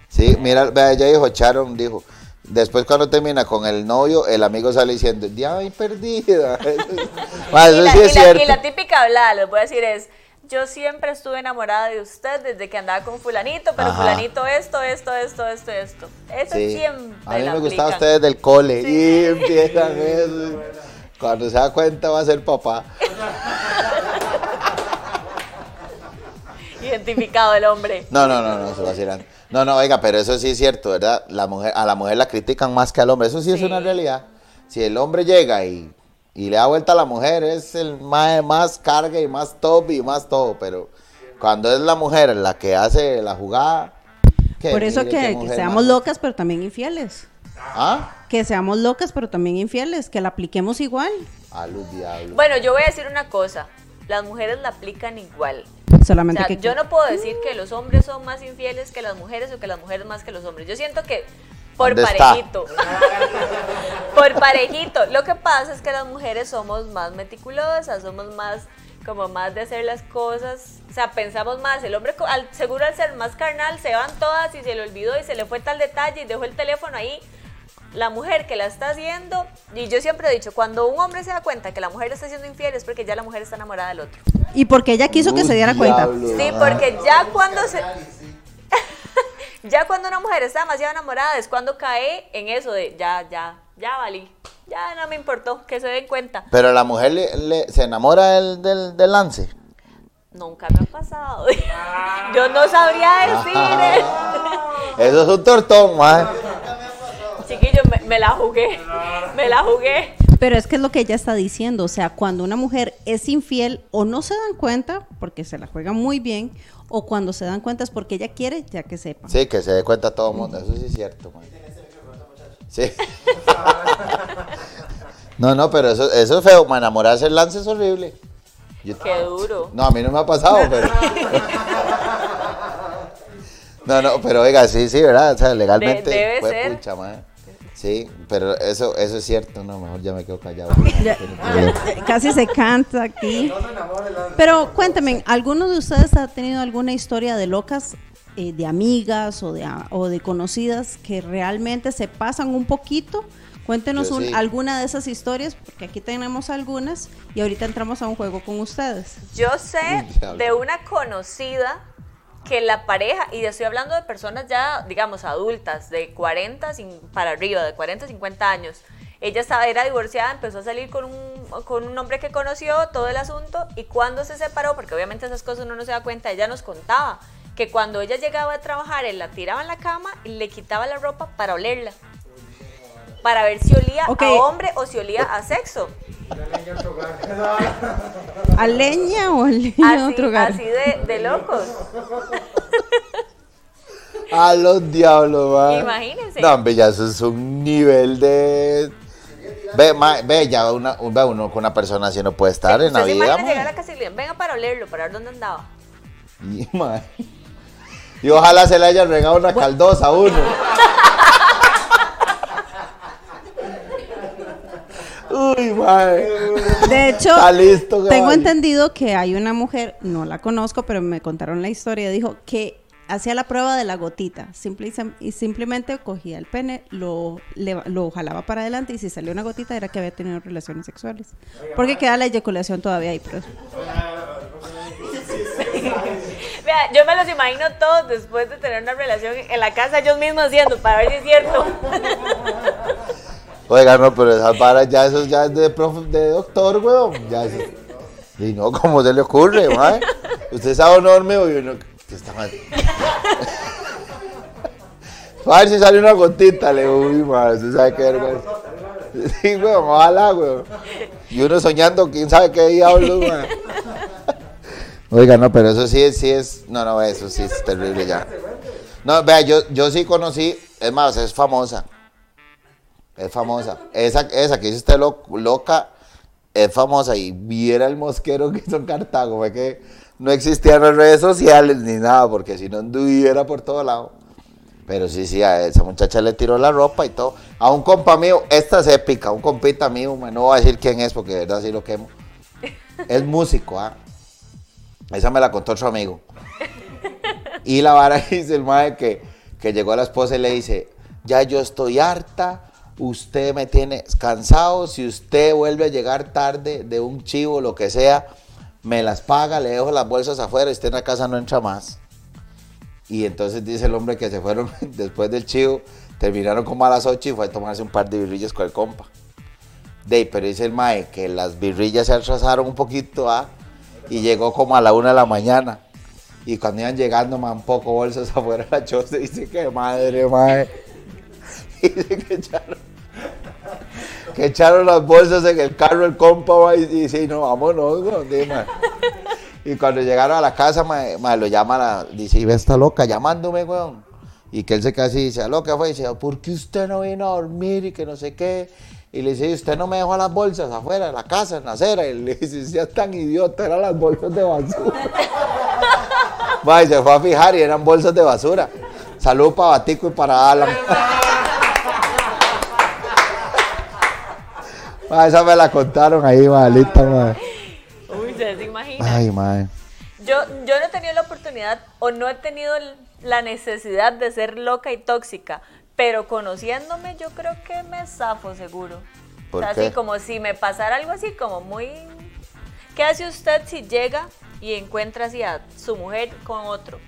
Speaker 2: Sí, mira, vea, ella dijo, Sharon dijo, después cuando termina con el novio, el amigo sale diciendo, ya ay, perdida. Ma,
Speaker 1: y,
Speaker 2: Ah, eso
Speaker 1: la,
Speaker 2: sí
Speaker 1: y
Speaker 2: es
Speaker 1: la- y
Speaker 2: cierto.
Speaker 1: la típica hablada, les voy a decir, es: Yo siempre estuve enamorada de usted desde que andaba con Fulanito, pero
Speaker 2: Ajá.
Speaker 1: Fulanito esto, esto, esto, esto, esto. Eso
Speaker 2: Sí.
Speaker 1: siempre.
Speaker 2: A mí
Speaker 1: la
Speaker 2: me gustaba
Speaker 1: aplican.
Speaker 2: ustedes del cole. Y empiezan eso. Cuando se da cuenta va a ser papá.
Speaker 1: Identificado el hombre.
Speaker 2: No, no, no, no, se vacilan. No, no, oiga, pero eso sí es cierto, ¿verdad? La mujer, a la mujer la critican más que al hombre. Eso sí, es
Speaker 1: Sí.
Speaker 2: una realidad. Si el hombre llega y, y le da vuelta a la mujer, es el más, más carga y más top y más todo. Pero cuando es la mujer la que hace la jugada. ¿qué?
Speaker 3: Por eso
Speaker 2: Mire
Speaker 3: que,
Speaker 2: qué
Speaker 3: que
Speaker 2: mujer
Speaker 3: seamos
Speaker 2: más-
Speaker 3: locas, pero también infieles.
Speaker 2: ¿Ah?
Speaker 3: Que seamos locas, pero también infieles. Que la apliquemos igual.
Speaker 2: A luz diablo.
Speaker 1: Bueno, yo voy a decir una cosa. Las mujeres la aplican igual. O
Speaker 3: Solamente
Speaker 1: sea,
Speaker 3: que.
Speaker 1: yo no puedo decir que los hombres son más infieles que las mujeres o que las mujeres más que los hombres. Yo siento que por
Speaker 2: ¿Dónde está?
Speaker 1: parejito. por parejito. Lo que pasa es que las mujeres somos más meticulosas, somos más como más de hacer las cosas, o sea, pensamos más, el hombre co- al, seguro al ser más carnal se van todas y se le olvidó y se le fue tal detalle y dejó el teléfono ahí. La mujer que la está haciendo, y yo siempre he dicho, cuando un hombre se da cuenta que la mujer está siendo infiel es porque ya la mujer está enamorada del otro.
Speaker 3: Y porque ella quiso que
Speaker 2: Luz
Speaker 3: se diera cuenta.
Speaker 2: diablo,
Speaker 1: Sí,
Speaker 2: ah.
Speaker 1: porque ya cuando se... ya cuando una mujer está demasiado enamorada es cuando cae en eso de ya, ya, ya valí. Ya no me importó, que se den cuenta.
Speaker 2: Pero la mujer le- le- se enamora del, del, del lance.
Speaker 1: Nunca me ha pasado. Yo no sabría decir.
Speaker 2: Ah. Eso es un tortón, madre.
Speaker 1: Chiquillo, me, me la jugué. Me la jugué.
Speaker 3: Pero es que es lo que ella está diciendo, o sea, cuando una mujer es infiel o no se dan cuenta porque se la juegan muy bien o cuando se dan cuenta es porque ella quiere ya que sepa.
Speaker 2: Sí, que se dé cuenta todo el mundo. Eso sí es cierto, man. Sí. No, no, pero eso, eso es feo. man, enamorarse del lance es horrible. Yo-
Speaker 1: Qué duro.
Speaker 2: no, a mí no me ha pasado, pero. No, no, pero oiga, sí, sí, ¿verdad? O sea, legalmente.
Speaker 1: debe
Speaker 2: fue
Speaker 1: ser.
Speaker 2: pucha, man. Sí, pero eso, eso es cierto, no, mejor ya me quedo callado.
Speaker 3: Ya- ya- casi se canta aquí. Pero cuéntame, ¿alguno de ustedes ha tenido alguna historia de locas, eh, de amigas o de, a- o de conocidas que realmente se pasan un poquito? Cuéntenos
Speaker 2: Yo
Speaker 3: un-
Speaker 2: sí.
Speaker 3: alguna de esas historias, porque aquí tenemos algunas y ahorita entramos a un juego con ustedes.
Speaker 1: Yo sé
Speaker 2: Uy, diablo.
Speaker 1: de una conocida que la pareja, y estoy hablando de personas ya, digamos, adultas, de 40 cin- para arriba, de 40, 50 años. Ella estaba, era divorciada, empezó a salir con un, con un hombre que conoció, todo el asunto, y cuando se separó, porque obviamente esas cosas uno no se da cuenta, ella nos contaba que cuando ella llegaba a trabajar, él la tiraba en la cama y le quitaba la ropa para olerla. Para ver si olía
Speaker 3: Ok.
Speaker 1: a hombre o si olía a sexo.
Speaker 3: ¿A leña o a leña a
Speaker 1: Así,
Speaker 3: otro hogar?
Speaker 1: así de, de locos.
Speaker 2: A los diablos, man.
Speaker 1: Imagínense.
Speaker 2: No, hombre, ya eso es un nivel de. Ve, ma- ve, ya una, ve uno con una persona así no puede estar en
Speaker 1: Usted
Speaker 2: la
Speaker 1: se
Speaker 2: vida.
Speaker 1: imagina
Speaker 2: mae.
Speaker 1: llegar a la casa y le digan, venga para olerlo, para ver dónde andaba.
Speaker 2: Y, mae, y ojalá se le haya regado una caldosa a uno. Uy, mae.
Speaker 3: De hecho,
Speaker 2: Está listo,
Speaker 3: tengo
Speaker 2: caballo.
Speaker 3: entendido que hay una mujer, no la conozco, pero me contaron la historia, dijo que hacía la prueba de la gotita, simple y, sem- y simplemente cogía el pene, lo, leva- lo jalaba para adelante y si salía una gotita era que había tenido relaciones sexuales. Porque queda la eyaculación todavía ahí, pero
Speaker 1: Vea, yo me los imagino todos después de tener una relación en la casa, ellos mismos haciendo, para ver si es cierto.
Speaker 2: Oiga, no, pero esas varas ya, eso ya es de, prof- de doctor, weón. Ya eso- Y no, ¿cómo se le ocurre, mae? Usted es enorme, o yo no. Usted está mal. A ver si sale una gotita, le digo, uy, mae, usted sabe qué vergüenza. Sí, weón, ojalá, weón. Y uno soñando, quién sabe qué diablo, weón. Oiga, no, pero eso sí es, sí es. No, no, eso sí es terrible ya. No, vea, yo, yo sí conocí, es más, es famosa. Es famosa. Esa, esa que dice usted lo- loca es famosa. Y viera el mosquero que hizo en Cartago. Fue que no existían las redes sociales ni nada, porque si no anduviera por todo lado. Pero sí, sí, a esa muchacha le tiró la ropa y todo. A un compa mío, esta es épica, un compita mío, ma, no voy a decir quién es porque de verdad sí lo quemo. Es músico, ¿ah? Esa me la contó otro amigo. Y la vara dice el mae que, que llegó la esposa y le dice, ya yo estoy harta, usted me tiene cansado, si usted vuelve a llegar tarde de un chivo, lo que sea, me las paga, le dejo las bolsas afuera, usted en la casa no entra más. Y entonces dice el hombre que se fueron después del chivo, terminaron como a las 8 y fue a tomarse un par de birrillas con el compa. De, ahí, pero dice el mae que las birrillas se atrasaron un poquito ¿ah? y llegó como a la una de la mañana. Y cuando iban llegando, man, poco bolsas afuera de la choza. Dice que madre, mae. Dice que echaron, que echaron las bolsas en el carro el compa, mae, Y dice, no, vámonos, weón, di, mae. Y cuando llegaron a la casa, mae, mae, lo llama, la, dice, y ve esta loca llamándome, weón. Y que él se casi dice, "¿A loca fue, y dice, ¿por qué usted no vino a dormir y que no sé qué? Y le dice, "¿Y usted no me dejó las bolsas afuera, en la casa, en la acera. Y le dice, sea tan idiota, eran las bolsas de basura. Mae, se fue a fijar y eran bolsas de basura. Salud para Batico y para Alan. Mae, esa me la contaron ahí, malita, mae.
Speaker 1: Uy, ustedes se imaginan.
Speaker 2: Ay, mae.
Speaker 1: Yo, yo no he tenido la oportunidad o no he tenido l- la necesidad de ser loca y tóxica, pero conociéndome yo creo que me zafo seguro.
Speaker 2: ¿Por
Speaker 1: o sea,
Speaker 2: qué?
Speaker 1: así como si me pasara algo así, como muy... ¿Qué hace usted si llega y encuentra así a su mujer con otro?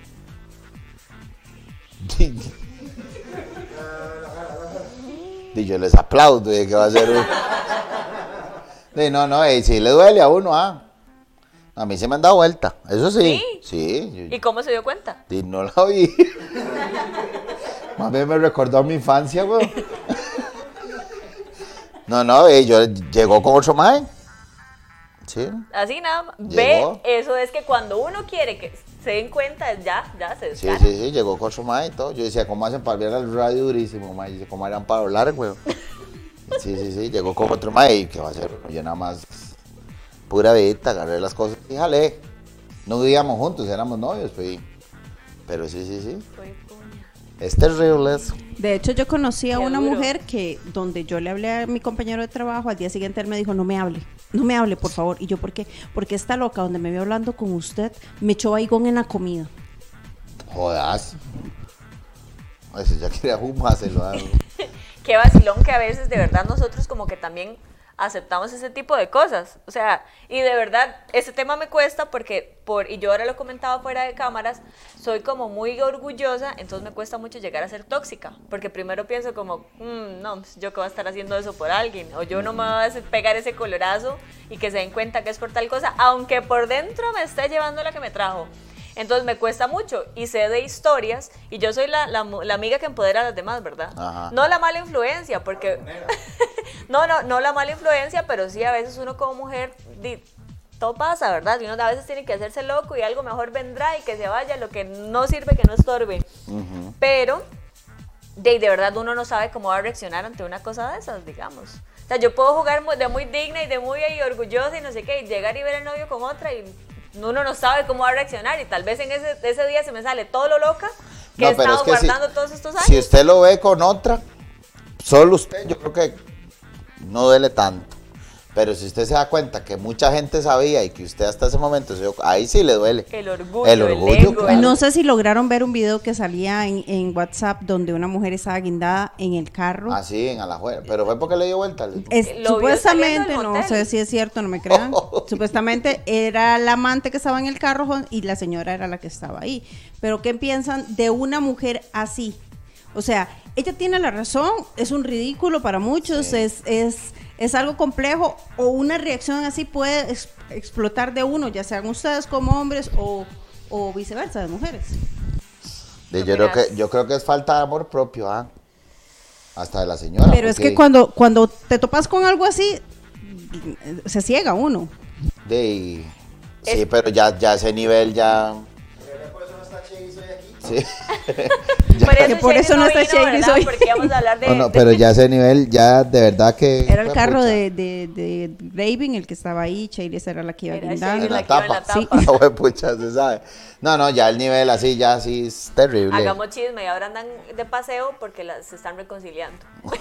Speaker 2: Y yo les aplaudo, y que va a ser un- Di, no, no, y si le duele a uno, ah. A mí se me han dado vuelta, eso sí.
Speaker 1: ¿Sí?
Speaker 2: Sí. yo-
Speaker 1: ¿Y cómo se dio cuenta?
Speaker 2: Y no la oí. Más bien me recordó a mi infancia, weón. No, no, eh, yo llegó con otro mae. Sí.
Speaker 1: Así nada más.
Speaker 2: Llegó.
Speaker 1: Ve, eso es que cuando uno quiere que se den cuenta, ya, ya se
Speaker 2: Sí,
Speaker 1: desgana.
Speaker 2: sí, sí, llegó con otro mae y todo. Yo decía, ¿cómo hacen para ver al radio durísimo, mae? Dice, ¿cómo harán para hablar, weón? Sí, sí, sí, llegó con otro mae y ¿qué va a hacer? Yo nada más, pura vedita, agarré las cosas y jalé. No vivíamos juntos, éramos novios, pues. Pero sí, sí, sí.
Speaker 1: Fue puña.
Speaker 2: Es terrible eso.
Speaker 3: De hecho, yo conocí a
Speaker 1: Qué
Speaker 3: una
Speaker 1: duro.
Speaker 3: mujer que donde yo le hablé a mi compañero de trabajo, al día siguiente él me dijo, no me hable, no me hable, por favor. Y yo, ¿por qué? Porque esta loca donde me vio hablando con usted me echó baigón en la comida.
Speaker 2: Jodas. Ay, si ya quería fumárselo. ah.
Speaker 1: Qué vacilón que a veces de verdad nosotros como que también aceptamos ese tipo de cosas. O sea, y de verdad, ese tema me cuesta porque, por, y yo ahora lo comentaba fuera de cámaras, soy como muy orgullosa, entonces me cuesta mucho llegar a ser tóxica, porque primero pienso como, "Mm, no, pues, yo que voy a estar haciendo eso por alguien, o yo no me voy a hacer pegar ese colorazo y que se den cuenta que es por tal cosa, aunque por dentro me esté llevando la que me trajo. Entonces me cuesta mucho y sé de historias y yo soy la, la mu- la amiga que empodera a las demás, ¿verdad?
Speaker 2: Ajá.
Speaker 1: No la mala influencia, porque... no, no, no la mala influencia, pero sí a veces uno como mujer, di- todo pasa, ¿verdad? Y uno a veces tiene que hacerse loco y algo mejor vendrá y que se vaya, lo que no sirve, que no estorbe. Pero de, de verdad uno no sabe cómo va a reaccionar ante una cosa de esas, digamos. O sea, yo puedo jugar mu- de muy digna y de muy ahí orgullosa y no sé qué, y llegar y ver al novio con otra y uno no sabe cómo va a reaccionar y tal vez en ese, ese día se me sale todo lo loca que he estado guardando todos estos años.
Speaker 2: si usted lo ve con otra, solo usted, yo creo que no duele tanto. Pero si usted se da cuenta que mucha gente sabía y que usted hasta ese momento, se dio- ahí sí le duele.
Speaker 1: El orgullo, el ego,
Speaker 2: claro.
Speaker 3: Pues No sé si lograron ver un video que salía en, en WhatsApp donde una mujer estaba guindada en el carro.
Speaker 2: Así en Alajuela. Pero fue porque le dio vuelta. le-
Speaker 3: Es-
Speaker 1: Lo vio
Speaker 3: supuestamente,
Speaker 1: saliendo del
Speaker 3: no
Speaker 1: motel.
Speaker 3: sé si es cierto, no me crean. Supuestamente era la amante que estaba en el carro jo- y la señora era la que estaba ahí. Pero ¿qué piensan de una mujer así? O sea, ella tiene la razón, es un ridículo para muchos, es, es, es algo complejo o una reacción así puede ex- explotar de uno, ya sean ustedes como hombres o, o viceversa, de mujeres.
Speaker 1: ¿Qué
Speaker 2: de- yo, creo
Speaker 1: opinas?
Speaker 2: que, yo creo que es falta de amor propio, ¿ah? Hasta de la señora.
Speaker 3: Pero es
Speaker 2: porque-
Speaker 3: que cuando, cuando te topas con algo así, eh, se ciega uno.
Speaker 2: De...
Speaker 1: Es-
Speaker 2: Sí, pero ya, ya ese nivel ya... Sí.
Speaker 3: Que por eso no está
Speaker 1: vino,
Speaker 3: Shady
Speaker 1: ¿verdad?
Speaker 3: hoy.
Speaker 1: Porque vamos a hablar de... este
Speaker 2: No, Oh, no, pero ya ese nivel ya de verdad que...
Speaker 3: Era el
Speaker 2: fue
Speaker 3: carro
Speaker 2: pucha.
Speaker 3: de, de, de Raven el que estaba ahí, Chaylis era la que iba
Speaker 1: Era Shaylis
Speaker 3: guindando.
Speaker 2: En la
Speaker 1: la que iba en la
Speaker 2: tapa.
Speaker 1: tapa.
Speaker 2: Ah, güey, pucha, se sabe. No, no, ya el nivel así, ya así es terrible.
Speaker 1: Hagamos chisme y ahora andan de paseo porque las- se están reconciliando.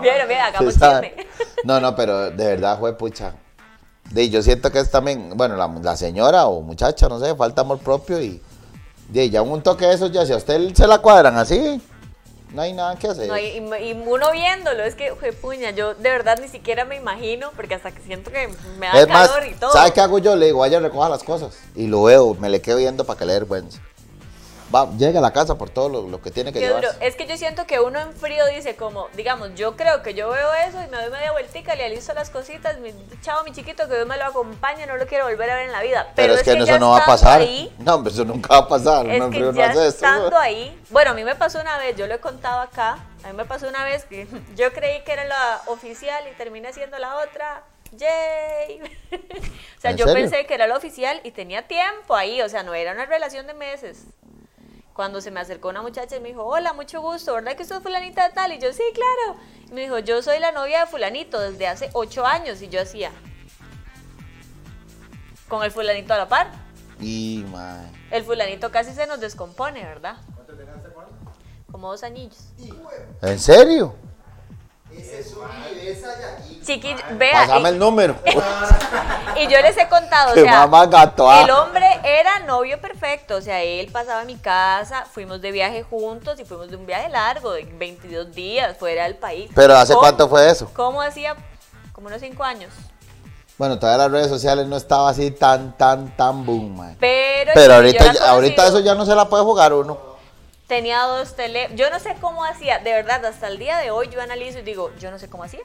Speaker 1: Mira, mira,
Speaker 2: Se
Speaker 1: hagamos
Speaker 2: sabe.
Speaker 1: chisme.
Speaker 2: No, no, pero de verdad fue pucha. De, yo siento que es también, bueno, la, la señora o muchacha, no sé, falta amor propio y de, ya un toque de esos, ya si a usted se la cuadran así, no hay nada que hacer.
Speaker 1: No, y, y uno viéndolo, es que, jue puña, yo de verdad ni siquiera me imagino, porque hasta que siento que me da
Speaker 2: es más,
Speaker 1: calor y todo.
Speaker 2: ¿sabe qué hago yo? Le digo, vaya, recoja las cosas. Y lo veo, me le quedo viendo para que le dé vergüenza. Va, llega a la casa por todo lo, lo que tiene que
Speaker 1: Qué duro.
Speaker 2: llevar.
Speaker 1: Es que yo siento que uno en frío dice como, digamos, yo creo que yo veo eso y me doy media vueltica, le aliso las cositas, mi, chao mi chiquito, que Dios me lo acompañe, no lo quiero volver a ver en la vida.
Speaker 2: Pero, es que,
Speaker 1: ya
Speaker 2: eso no va a
Speaker 1: estando
Speaker 2: pasar.
Speaker 1: ahí,
Speaker 2: No, hombre, eso nunca va a pasar.
Speaker 1: Es
Speaker 2: Uno en
Speaker 1: que
Speaker 2: frío no
Speaker 1: ya
Speaker 2: hace esto,
Speaker 1: estando
Speaker 2: güey.
Speaker 1: ahí, bueno, a mí me pasó una vez, yo lo he contado acá, a mí me pasó una vez que yo creí que era la oficial y terminé siendo la otra. ¡Yay! o sea,
Speaker 2: ¿En
Speaker 1: yo
Speaker 2: serio?
Speaker 1: pensé que era la oficial y tenía tiempo ahí, o sea, no era una relación de meses. Cuando se me acercó una muchacha y me dijo, hola, mucho gusto, ¿verdad que usted es fulanita de tal? Y yo, sí, claro. Y me dijo, yo soy la novia de fulanito desde hace ocho años y yo hacía con el fulanito a la par.
Speaker 2: Y, mae.
Speaker 1: El fulanito casi se nos descompone, ¿verdad? ¿Cuánto tenías Como dos añillos.
Speaker 2: ¿En serio?
Speaker 1: Chiqui, vea,
Speaker 2: Pásame el
Speaker 1: y,
Speaker 2: número.
Speaker 1: y yo les he contado, o
Speaker 2: Qué
Speaker 1: sea,
Speaker 2: mamá gato, ah.
Speaker 1: el hombre era novio perfecto, o sea, él pasaba a mi casa, fuimos de viaje juntos y fuimos de un viaje largo, de 22 días fuera del país.
Speaker 2: Pero ¿hace
Speaker 1: ¿Cómo-
Speaker 2: cuánto fue eso?
Speaker 1: ¿Cómo hacía? Como unos 5 años.
Speaker 2: Bueno, todavía las redes sociales no estaba así tan, tan, tan boom, mae.
Speaker 1: Pero,
Speaker 2: Pero
Speaker 1: yo
Speaker 2: ahorita,
Speaker 1: la conocí-
Speaker 2: ahorita eso ya no se la puede jugar uno.
Speaker 1: Tenía dos tele... Yo no sé cómo hacía, de verdad, hasta el día de hoy yo analizo y digo, yo no sé cómo hacía.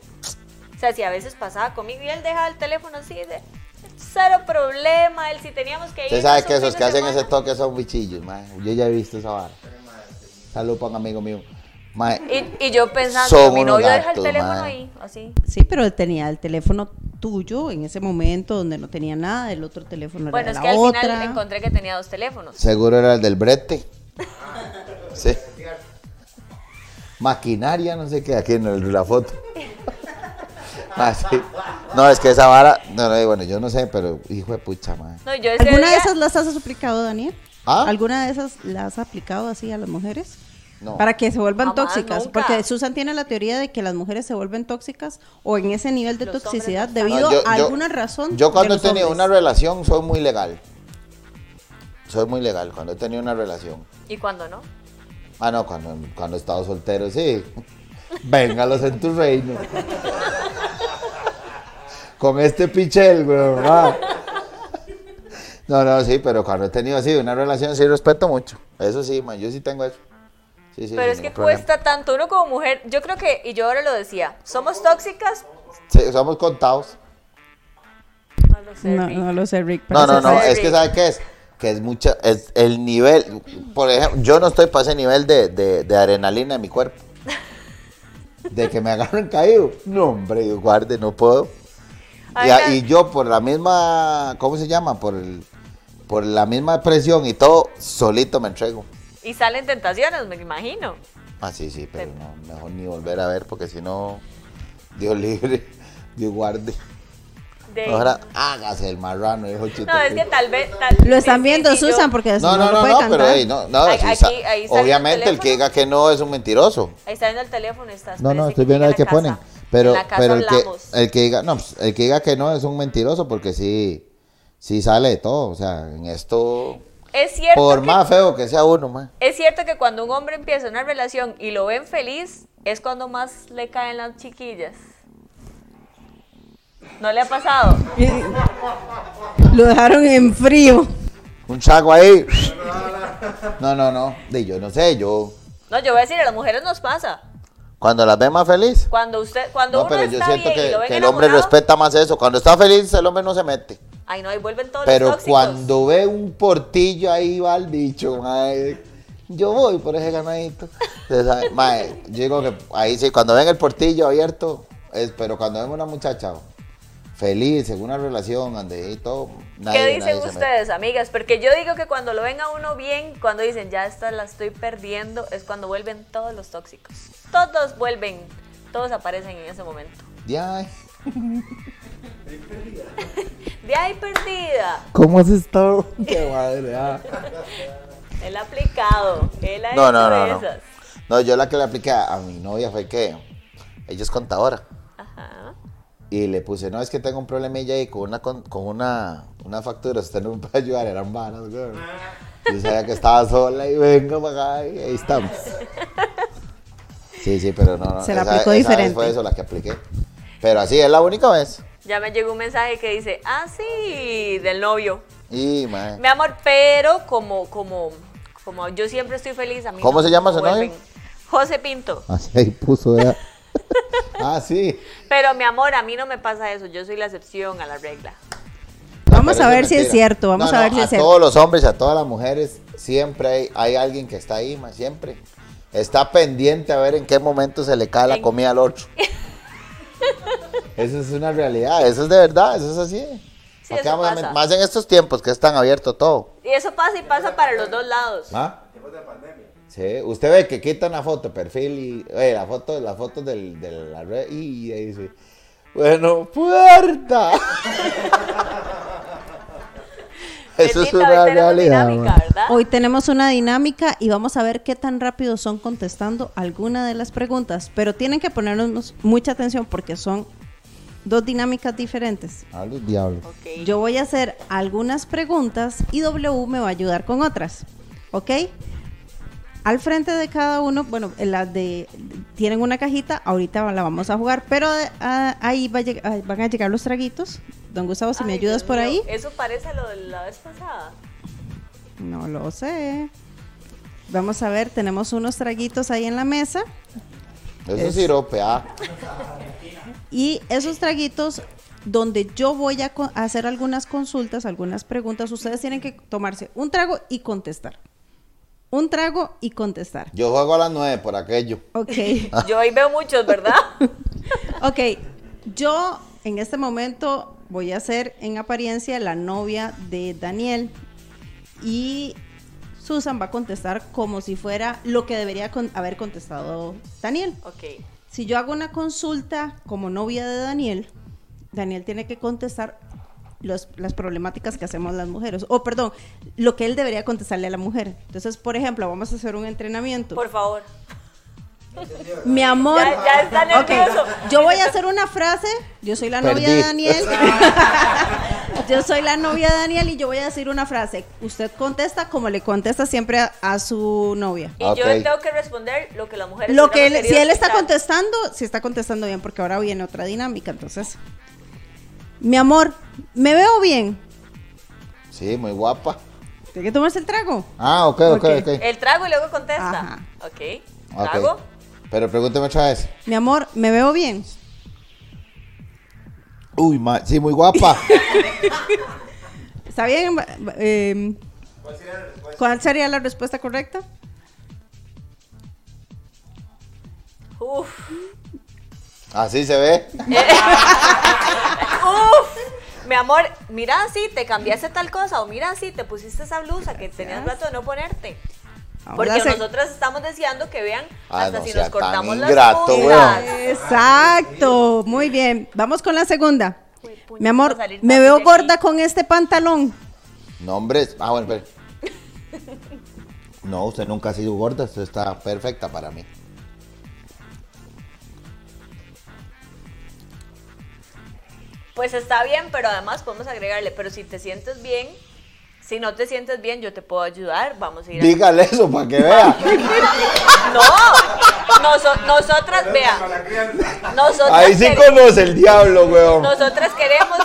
Speaker 1: O sea, si a veces pasaba conmigo y él dejaba el teléfono así de cero problema, él si teníamos que ir...
Speaker 2: Usted sabe que esos que hacen ese toque son bichillos, mae. Yo ya he visto esa vara. Salud para un amigo mío. Mae,
Speaker 3: Eh.
Speaker 1: Y, y yo pensando,
Speaker 2: Son
Speaker 1: mi
Speaker 2: unos
Speaker 1: novio deja el
Speaker 2: gatos,
Speaker 1: teléfono
Speaker 2: madre.
Speaker 1: ahí, así.
Speaker 3: Sí, pero él tenía el teléfono tuyo en ese momento donde no tenía nada, el otro teléfono
Speaker 1: Bueno, es
Speaker 3: era
Speaker 1: que
Speaker 3: de la
Speaker 1: al
Speaker 3: otra.
Speaker 1: final encontré que tenía dos teléfonos.
Speaker 2: seguro era el del brete. Sí. Maquinaria, no sé qué, aquí en el- la foto. Mae, sí. No, es que esa vara, no, no, bueno, yo no sé, pero hijo de pucha, mae.
Speaker 1: No, yo ese
Speaker 3: ¿Alguna de
Speaker 1: día-
Speaker 3: esas las has aplicado, Daniel?
Speaker 2: ¿Ah?
Speaker 3: ¿Alguna de esas las has aplicado así a las mujeres?
Speaker 2: No.
Speaker 3: Para que se vuelvan
Speaker 1: Jamás,
Speaker 3: tóxicas.
Speaker 1: nunca.
Speaker 3: Porque Susan tiene la teoría de que las mujeres se vuelven tóxicas o en ese nivel de
Speaker 1: Los hombres
Speaker 3: toxicidad
Speaker 1: no
Speaker 2: No,
Speaker 3: debido
Speaker 2: yo-
Speaker 3: a
Speaker 2: yo-
Speaker 3: alguna razón.
Speaker 2: Yo cuando
Speaker 3: de
Speaker 2: he
Speaker 3: los
Speaker 2: tenido
Speaker 3: hombres.
Speaker 2: una relación soy muy legal. Soy muy legal cuando he tenido una relación.
Speaker 1: ¿Y cuándo no?
Speaker 2: Ah, no, cuando, cuando he estado soltero, sí. Véngalos en tu reino. Con este pichel, güey. ¿verdad? No, no, sí, pero cuando he tenido así una relación, sí respeto mucho. Eso sí, man, yo sí tengo eso. Sí, sí,
Speaker 1: Pero
Speaker 2: sin
Speaker 1: es que
Speaker 2: ningún problema.
Speaker 1: cuesta tanto, uno como mujer, yo creo que, y yo ahora lo decía, ¿somos tóxicas?
Speaker 2: Sí, somos contados.
Speaker 1: No lo sé,
Speaker 3: No,
Speaker 1: Rick.
Speaker 3: no lo sé, Rick.
Speaker 2: No, no,
Speaker 3: parece
Speaker 2: no,
Speaker 1: ser.
Speaker 2: es que ¿sabe qué es? Que es mucha, es el nivel, por ejemplo, yo no estoy para ese nivel de, de- de adrenalina en mi cuerpo. De que me agarren caído. No, hombre, yo guarde, no puedo. Y, a-
Speaker 1: Ahora-
Speaker 2: y yo por la misma, ¿cómo se llama? Por, el- por la misma presión y todo, solito me entrego.
Speaker 1: Y salen tentaciones, me imagino.
Speaker 2: Ah, sí, sí, pero no, mejor ni volver a ver porque si no, Dios libre, Dios guarde.
Speaker 1: De-
Speaker 2: Ahora hágase el marrano, hijo
Speaker 1: No, es que
Speaker 2: Chito.
Speaker 1: tal vez... tal-
Speaker 3: Lo están
Speaker 1: sí, sí,
Speaker 3: viendo
Speaker 1: sí, yo-
Speaker 3: Susan porque
Speaker 2: No,
Speaker 3: no,
Speaker 2: no,
Speaker 3: lo
Speaker 2: no,
Speaker 3: puede
Speaker 2: no,
Speaker 3: cantar.
Speaker 2: pero ey, no, no,
Speaker 1: Ahí-
Speaker 2: sí sa-
Speaker 1: aquí- ahí sale el
Speaker 2: obviamente el que
Speaker 1: teléfono.
Speaker 2: diga que no es un mentiroso.
Speaker 1: Ahí está viendo el teléfono y estás...
Speaker 2: No, no,
Speaker 1: parece
Speaker 2: estoy
Speaker 1: que
Speaker 2: viendo
Speaker 1: en
Speaker 2: ahí
Speaker 1: la
Speaker 2: que
Speaker 1: casa.
Speaker 2: ponen. Pero,
Speaker 1: En la casa
Speaker 2: pero el, que,
Speaker 1: hablamos.
Speaker 2: el que diga, no, pues, el que diga que no es un mentiroso porque sí, sí sale de todo. O sea, en esto,
Speaker 1: Es cierto
Speaker 2: por
Speaker 1: que-
Speaker 2: más feo que sea uno, más.
Speaker 1: Es cierto que cuando un hombre empieza una relación y lo ven feliz, es cuando más le caen las chiquillas. ¿No le ha pasado?
Speaker 3: Lo dejaron en frío.
Speaker 2: Un chaco ahí. No, no, no. De, yo no sé, yo.
Speaker 1: No, yo voy a decir, a las mujeres nos pasa.
Speaker 2: Cuando las ve más feliz.
Speaker 1: Cuando usted, cuando
Speaker 2: No,
Speaker 1: uno
Speaker 2: pero yo
Speaker 1: está
Speaker 2: siento
Speaker 1: bien y
Speaker 2: que,
Speaker 1: lo ven
Speaker 2: que el hombre
Speaker 1: enamorado,
Speaker 2: respeta más eso. Cuando está feliz, el hombre no se mete.
Speaker 1: Ay, no, ahí vuelven todos los
Speaker 2: Pero
Speaker 1: tóxicos.
Speaker 2: cuando ve un portillo, ahí va el bicho. mae. Yo voy por ese ganadito. Usted sabe, mae, yo digo que ahí sí, cuando ven el portillo abierto, es- pero cuando ven una muchacha feliz, en una relación, ande y todo, nadie,
Speaker 1: ¿Qué dicen
Speaker 2: nadie se mete.
Speaker 1: ustedes, amigas? Porque yo digo que cuando lo ven a uno bien, cuando dicen, ya esta la estoy perdiendo, es cuando vuelven todos los tóxicos. Todos vuelven, todos aparecen en ese momento.
Speaker 2: Ya, ay,
Speaker 1: De ahí perdida.
Speaker 2: ¿Cómo has estado? Qué madre, ah.
Speaker 1: Él ha aplicado. Él ha
Speaker 2: No,
Speaker 1: hecho
Speaker 2: no, no, no.
Speaker 1: esas.
Speaker 2: No, yo la que le apliqué a, a mi novia fue que ella es contadora.
Speaker 1: Ajá.
Speaker 2: Y le puse, no, es que tengo un problemilla ahí con una, con, con una, una factura, usted no me puede ayudar, eran vanas, güey. Yo sabía que estaba sola y vengo para acá y ahí estamos. Sí, sí, pero no, no.
Speaker 3: Se la aplicó
Speaker 2: vez
Speaker 3: diferente.
Speaker 2: fue eso la que apliqué. Pero así, es la única vez.
Speaker 1: Ya me llegó un mensaje que dice, ah, sí, del novio.
Speaker 2: Y, mae,
Speaker 1: Mi amor, pero como, como, como yo siempre estoy feliz, a mí
Speaker 2: ¿Cómo
Speaker 1: no
Speaker 2: se llama
Speaker 1: me
Speaker 2: su novio?
Speaker 1: vuelven. José Pinto.
Speaker 2: así ahí puso, ya. ah, sí.
Speaker 1: Pero mi amor, a mí no me pasa eso. Yo soy la excepción a la regla.
Speaker 3: Vamos
Speaker 2: Pero
Speaker 3: a
Speaker 2: eso
Speaker 3: ver si es
Speaker 2: mentira.
Speaker 3: cierto, vamos
Speaker 2: No,
Speaker 3: a
Speaker 2: no,
Speaker 3: ver si es
Speaker 2: A
Speaker 3: cierto.
Speaker 2: todos los hombres y a todas las mujeres siempre hay, hay alguien que está ahí, más siempre. Está pendiente a ver en qué momento se le cae la
Speaker 1: En-
Speaker 2: comida al otro. eso es una realidad, eso es de verdad, eso es así.
Speaker 1: Sí,
Speaker 2: ¿Para qué
Speaker 1: eso
Speaker 2: vamos a
Speaker 1: pasa.
Speaker 2: men- más en estos tiempos que es tan abierto todo.
Speaker 1: Y eso pasa y pasa para los dos lados.
Speaker 2: ¿Ah? Sí, usted ve que quitan la foto, perfil y oye, la foto, la foto del, de la red y ahí dice, bueno, puerta. Eso es
Speaker 1: Bendita, hoy
Speaker 2: una
Speaker 1: tenemos
Speaker 2: realidad.
Speaker 1: dinámica,
Speaker 2: man.
Speaker 1: ¿verdad?
Speaker 3: Hoy tenemos una dinámica y vamos a ver qué tan rápido son contestando alguna de las preguntas, pero tienen que ponernos mucha atención porque son dos dinámicas diferentes.
Speaker 2: A Ah, los diablos.
Speaker 1: Ok.
Speaker 3: Yo voy a hacer algunas preguntas y W me va a ayudar con otras, ¿ok? Al frente de cada uno, bueno, las de tienen una cajita, ahorita la vamos a jugar, pero de- ah, ahí va a lleg- ah, van a llegar los traguitos. Don Gustavo, si me
Speaker 1: Ay,
Speaker 3: ayudas
Speaker 1: Dios
Speaker 3: por
Speaker 1: mío,
Speaker 3: ahí.
Speaker 1: Eso parece a lo de la vez pasada.
Speaker 3: No lo sé. Vamos a ver, tenemos unos traguitos ahí en la mesa
Speaker 2: Eso
Speaker 3: Es-
Speaker 2: es sirope, ah.
Speaker 3: y esos traguitos donde yo voy a co- a hacer algunas consultas, algunas preguntas, ustedes tienen que tomarse un trago y contestar. Un trago y contestar.
Speaker 2: Yo juego a las nueve por aquello.
Speaker 3: Ok,
Speaker 2: Ah.
Speaker 1: Yo hoy veo muchos, ¿verdad?
Speaker 3: ok. Yo en este momento voy a ser en apariencia la novia de Daniel y Susan va a contestar como si fuera lo que debería con- haber contestado Daniel.
Speaker 1: Ok.
Speaker 3: Si yo hago una consulta como novia de Daniel, Daniel tiene que contestar los- las problemáticas que hacemos las mujeres. O perdón, lo que él debería contestarle a la mujer. Entonces, por ejemplo, vamos a hacer un entrenamiento.
Speaker 1: Por favor.
Speaker 3: Mi amor.
Speaker 1: Ya- ya está
Speaker 3: Ok,
Speaker 1: nervioso.
Speaker 3: Yo voy a hacer una frase. Yo soy la novia de
Speaker 2: Perdí.
Speaker 3: Daniel. yo soy la novia de Daniel y yo voy a decir una frase. Usted contesta como le contesta siempre a, a su novia.
Speaker 1: Y
Speaker 2: Ok.
Speaker 1: yo le tengo que responder lo que la mujer
Speaker 3: Lo que él, si él está contestando, si está contestando bien, porque ahora viene otra dinámica, entonces. Mi amor, ¿me veo bien?
Speaker 2: Sí, muy guapa.
Speaker 3: Tiene que tomarse el trago.
Speaker 2: Ah, ok, ok,
Speaker 3: Ok.
Speaker 2: ok.
Speaker 1: El trago y luego contesta.
Speaker 3: Ajá.
Speaker 1: Ok.
Speaker 2: Ok.
Speaker 1: Trago.
Speaker 2: Pero pregúnteme otra vez.
Speaker 3: Mi amor, ¿me veo bien?
Speaker 2: Uy, ma, sí, muy guapa.
Speaker 3: ¿Está bien? Eh, ¿Cuál sería la respuesta correcta?
Speaker 1: Uf.
Speaker 2: Así se ve.
Speaker 1: Uf. Mi amor, mira si te cambiaste tal cosa o mira si te pusiste esa blusa que tenías rato de no ponerte. Porque
Speaker 3: Ahora se-
Speaker 1: nosotras estamos deseando que vean
Speaker 2: Ah,
Speaker 1: hasta
Speaker 2: no
Speaker 1: si
Speaker 2: sea
Speaker 1: nos cortamos
Speaker 2: tan
Speaker 1: las
Speaker 2: ingrato,
Speaker 1: puntas.
Speaker 2: weón.
Speaker 3: Exacto, muy bien. Vamos con la segunda.
Speaker 1: Juepuña,
Speaker 3: Mi
Speaker 1: vamos
Speaker 3: amor,
Speaker 1: a salir
Speaker 3: me
Speaker 1: gratis
Speaker 3: veo
Speaker 1: de
Speaker 3: gorda
Speaker 1: aquí.
Speaker 3: con este pantalón.
Speaker 2: Nombres. Ah, bueno, espere. No, usted nunca ha sido gorda, usted está perfecta para mí.
Speaker 1: Pues está bien, pero además podemos agregarle, pero si te sientes bien, si no te sientes bien, yo te puedo ayudar, vamos a ir a...
Speaker 2: Dígale eso para que vea.
Speaker 1: ¡No! Noso- nosotras, vea, nosotras,
Speaker 2: Ahí sí
Speaker 1: quere-
Speaker 2: conoce el diablo, weón.
Speaker 1: nosotras queremos,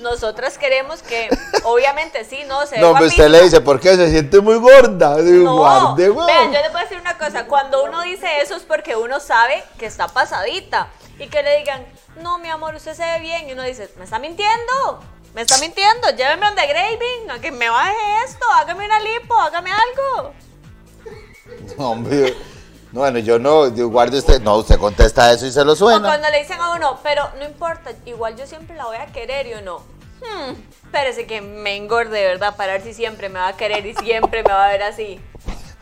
Speaker 1: nosotras queremos que, obviamente, sí, no, se ve
Speaker 2: No, pero
Speaker 1: guapísima.
Speaker 2: usted le dice, ¿por qué se siente muy gorda? Digo,
Speaker 1: No,
Speaker 2: guarde,
Speaker 1: vean,
Speaker 2: weón.
Speaker 1: yo les voy a decir una cosa, cuando uno dice eso es porque uno sabe que está pasadita y que le digan, no, mi amor, usted se ve bien y uno dice, me está mintiendo, me está mintiendo, lléveme donde Graving, a que me baje esto, hágame una lipo, hágame algo.
Speaker 2: No, hombre. No, bueno, yo no, digo, guarde usted. No, usted contesta eso y se lo
Speaker 1: O
Speaker 2: suena.
Speaker 1: cuando le dicen a uno, pero no importa, igual yo siempre la voy a querer y uno, hmm, parece que me engorde, ¿verdad? Para ver si siempre me va a querer y siempre me va a ver así.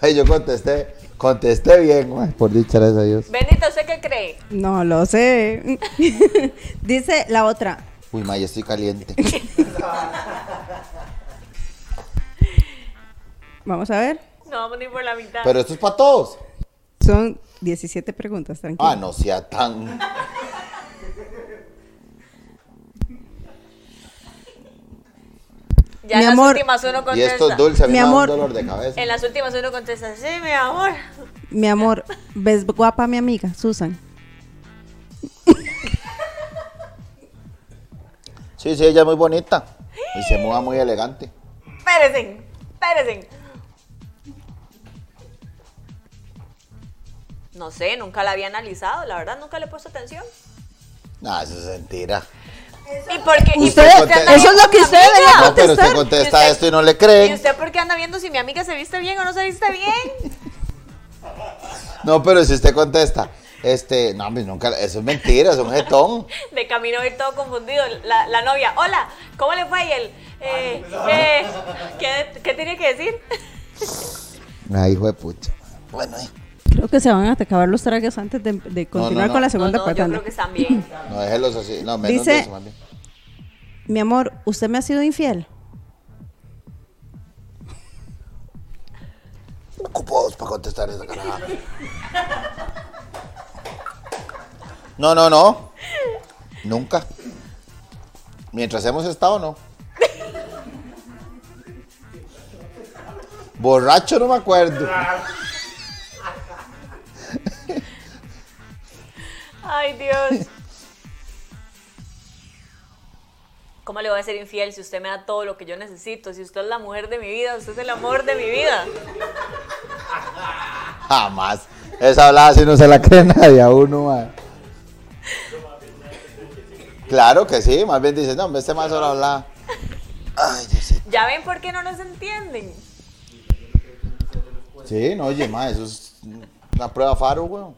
Speaker 2: Ay, yo contesté, contesté bien, weón, por dicha gracias a Dios.
Speaker 1: Benito, ¿usted qué cree?
Speaker 3: No lo sé. Dice la otra.
Speaker 2: Uy, ma, yo estoy caliente.
Speaker 3: Vamos a ver.
Speaker 1: No vamos ni por la mitad.
Speaker 2: Pero esto es para todos.
Speaker 3: Son 17 preguntas, tranquilo.
Speaker 2: Ah, no sea tan.
Speaker 1: ya
Speaker 3: Mi
Speaker 1: en las
Speaker 3: amor,
Speaker 1: últimas uno
Speaker 2: Y
Speaker 1: contesta.
Speaker 2: esto es dulce, a mí
Speaker 3: Mi
Speaker 2: me da un
Speaker 3: amor.
Speaker 2: dolor de cabeza.
Speaker 1: En las últimas uno contesta, sí, mi amor.
Speaker 3: Mi amor, ¿ves guapa a mi amiga, Susan?
Speaker 2: Sí, sí, ella es muy bonita. Y se mueva muy elegante.
Speaker 1: Espérense, espérense. No sé, nunca la había analizado, la verdad, nunca le he puesto atención.
Speaker 2: No, eso es mentira.
Speaker 1: ¿Y por qué? ¿Y
Speaker 2: Usted-
Speaker 1: por qué anda
Speaker 3: eso es lo
Speaker 1: viendo
Speaker 3: que
Speaker 1: a mi
Speaker 3: usted
Speaker 1: amiga?
Speaker 3: debería
Speaker 2: No, pero usted
Speaker 3: contestar.
Speaker 2: contesta
Speaker 1: ¿Y usted-
Speaker 2: esto y no le
Speaker 1: ¿Y
Speaker 2: creen.
Speaker 1: usted por qué anda viendo si mi amiga se viste bien o no se viste bien?
Speaker 2: No, pero si usted contesta, este, no, hombre, nunca, eso es mentira, es un jetón.
Speaker 1: De camino voy todo confundido. La, la novia, hola, ¿cómo le fue? Y él, eh, eh, ¿qué, ¿qué tiene que decir?
Speaker 2: Ay, hijo de pucha. Bueno, eh,
Speaker 3: Creo que se van a acabar los tragues antes de, de continuar
Speaker 2: no.
Speaker 3: con la segunda
Speaker 1: no, no, yo
Speaker 3: patana.
Speaker 1: creo que están bien.
Speaker 2: no déjelos así, no, menos
Speaker 3: Dice-
Speaker 2: de eso, más bien.
Speaker 3: Mi amor, ¿usted me ha sido infiel?
Speaker 2: Ocupo dos para contestar esa caraja. No, no, no. Nunca. Mientras hemos estado, no. Borracho no me acuerdo.
Speaker 1: Ay, Dios. ¿Cómo le voy a ser infiel si usted me da todo lo que yo necesito? Si usted es la mujer de mi vida, usted es el amor de mi vida.
Speaker 2: Jamás. Esa hablada así no se la cree nadie a uno, mae. Claro que sí, más bien dice, no, hombre, este más solo habla. Ay, Diosito.
Speaker 1: ¿Ya ven por qué no nos entienden?
Speaker 2: Sí, no, oye, mae, eso es una prueba faro, weón.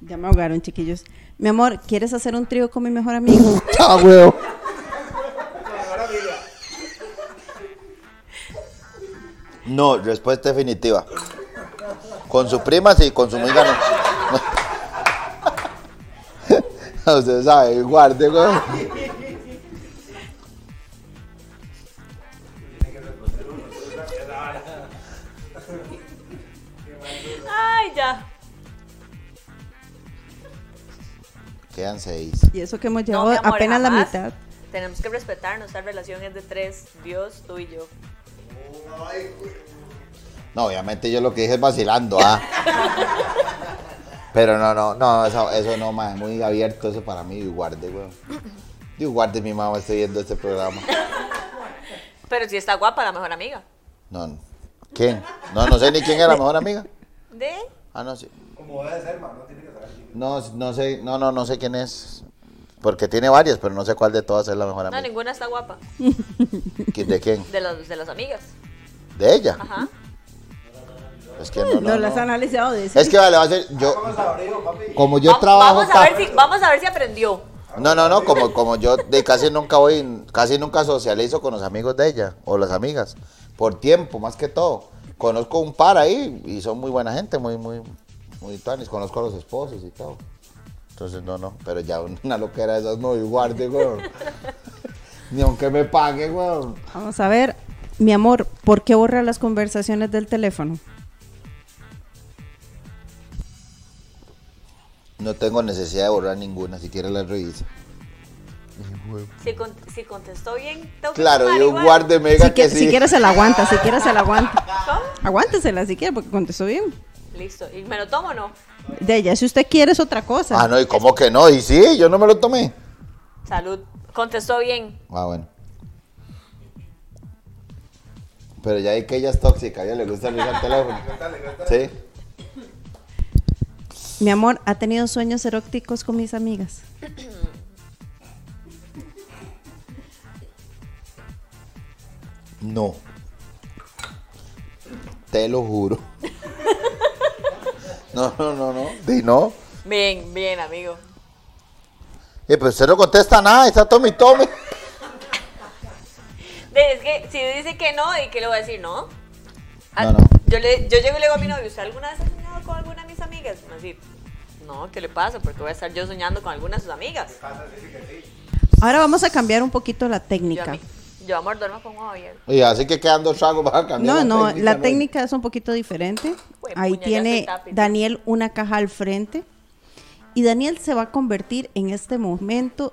Speaker 3: Ya me ahogaron, chiquillos. Mi amor, ¿quieres hacer un trío con mi mejor amigo?
Speaker 2: Ah, weón. No, respuesta definitiva. Con su prima sí, con su amiga no. Usted sabe, guarde, weón.
Speaker 1: Ay, ya.
Speaker 2: Quedan seis.
Speaker 3: Y eso que hemos
Speaker 1: No,
Speaker 3: llevado
Speaker 1: mi amor,
Speaker 3: apenas la
Speaker 1: jamás.
Speaker 3: mitad.
Speaker 1: Tenemos que respetarnos. Esta relación es de tres: Dios, tú y yo.
Speaker 2: No, obviamente yo lo que dije es vacilando, ¿ah? Pero no, no, no, eso, eso no, más muy abierto eso para mí, Dios guarde, weón. Dios guarde, mi mamá está viendo este programa.
Speaker 1: Pero si está guapa, la mejor amiga.
Speaker 2: No, no. ¿Quién? No, no sé ni quién era la mejor amiga.
Speaker 1: ¿De?
Speaker 2: Ah, no sé. Como debe ser, no tiene que saber. No, no sé, no, no, no sé quién es. Porque tiene varias, pero no sé cuál de todas es la mejor
Speaker 1: No,
Speaker 2: amiga.
Speaker 1: ninguna está guapa.
Speaker 2: ¿Qui- ¿De quién?
Speaker 1: De, los, de las amigas.
Speaker 2: ¿De ella?
Speaker 1: Ajá.
Speaker 2: Es que no, no,
Speaker 3: No, las
Speaker 2: no.
Speaker 3: han analizado de
Speaker 2: Es que vale, va a ser yo. Como yo
Speaker 1: Va-
Speaker 2: trabajo
Speaker 1: vamos, a ver
Speaker 2: tanto-
Speaker 1: si, vamos a ver si aprendió.
Speaker 2: No, no, no, como, como yo de casi nunca voy, casi nunca socializo con los amigos de ella o las amigas, por tiempo más que todo. Conozco un par ahí y son muy buena gente, muy, muy, muy tanis, conozco a los esposos y todo. Entonces, no, no, pero ya una loquera de esas no, y guarde, weón. Ni aunque me pague, weón.
Speaker 3: Vamos a ver, mi amor, ¿por qué borra las conversaciones del teléfono?
Speaker 2: No tengo necesidad de borrar ninguna, si quieres la revisa.
Speaker 1: Si, con- si contestó bien, tengo que
Speaker 2: Claro,
Speaker 1: tomar
Speaker 2: yo
Speaker 1: igual.
Speaker 2: guarde mega
Speaker 3: si, que-
Speaker 2: que
Speaker 3: si
Speaker 2: sí.
Speaker 3: quiere se la aguanta, si quiere se la aguanta.
Speaker 1: ¿Cómo?
Speaker 3: Aguántesela si quiere, porque contestó bien.
Speaker 1: Listo. ¿Y me lo tomo o no?
Speaker 3: De ella, si usted quiere es otra cosa.
Speaker 2: Ah, no, ¿y cómo que no? Y sí, yo no me lo tomé.
Speaker 1: Salud. Contestó bien.
Speaker 2: Ah, bueno. Pero ya vi que ella es tóxica, a ella le gusta revisar el teléfono. Sí.
Speaker 3: Mi amor, ¿ha tenido sueños eróticos con mis amigas?
Speaker 2: No. Te lo juro. No, no, no, no. Di no.
Speaker 1: Bien, bien, amigo.
Speaker 2: Eh, pero usted no contesta nada, está Tommy Tommy.
Speaker 1: De- Es que si dice que no, ¿y qué le voy a decir? No. Ah,
Speaker 2: No, no.
Speaker 1: Yo, le, yo llego y le digo a mi novio, ¿usted alguna vez ha soñado con alguna de mis amigas? Y me dice, no, ¿qué le pasa? Porque voy a estar yo soñando con alguna de sus amigas.
Speaker 3: Ahora vamos a cambiar un poquito la
Speaker 1: Yo, a
Speaker 3: técnica.
Speaker 1: mí- yo, amor, duermo con un abierto.
Speaker 2: Y así que quedan dos tragos para cambiar.
Speaker 3: No, no, la
Speaker 2: ¿no?
Speaker 3: técnica es un poquito diferente.
Speaker 1: Jue-
Speaker 3: Ahí
Speaker 1: puña, ya
Speaker 3: tiene
Speaker 1: estoy tapi, ¿no?
Speaker 3: Daniel una caja al frente. Y Daniel se va a convertir en este momento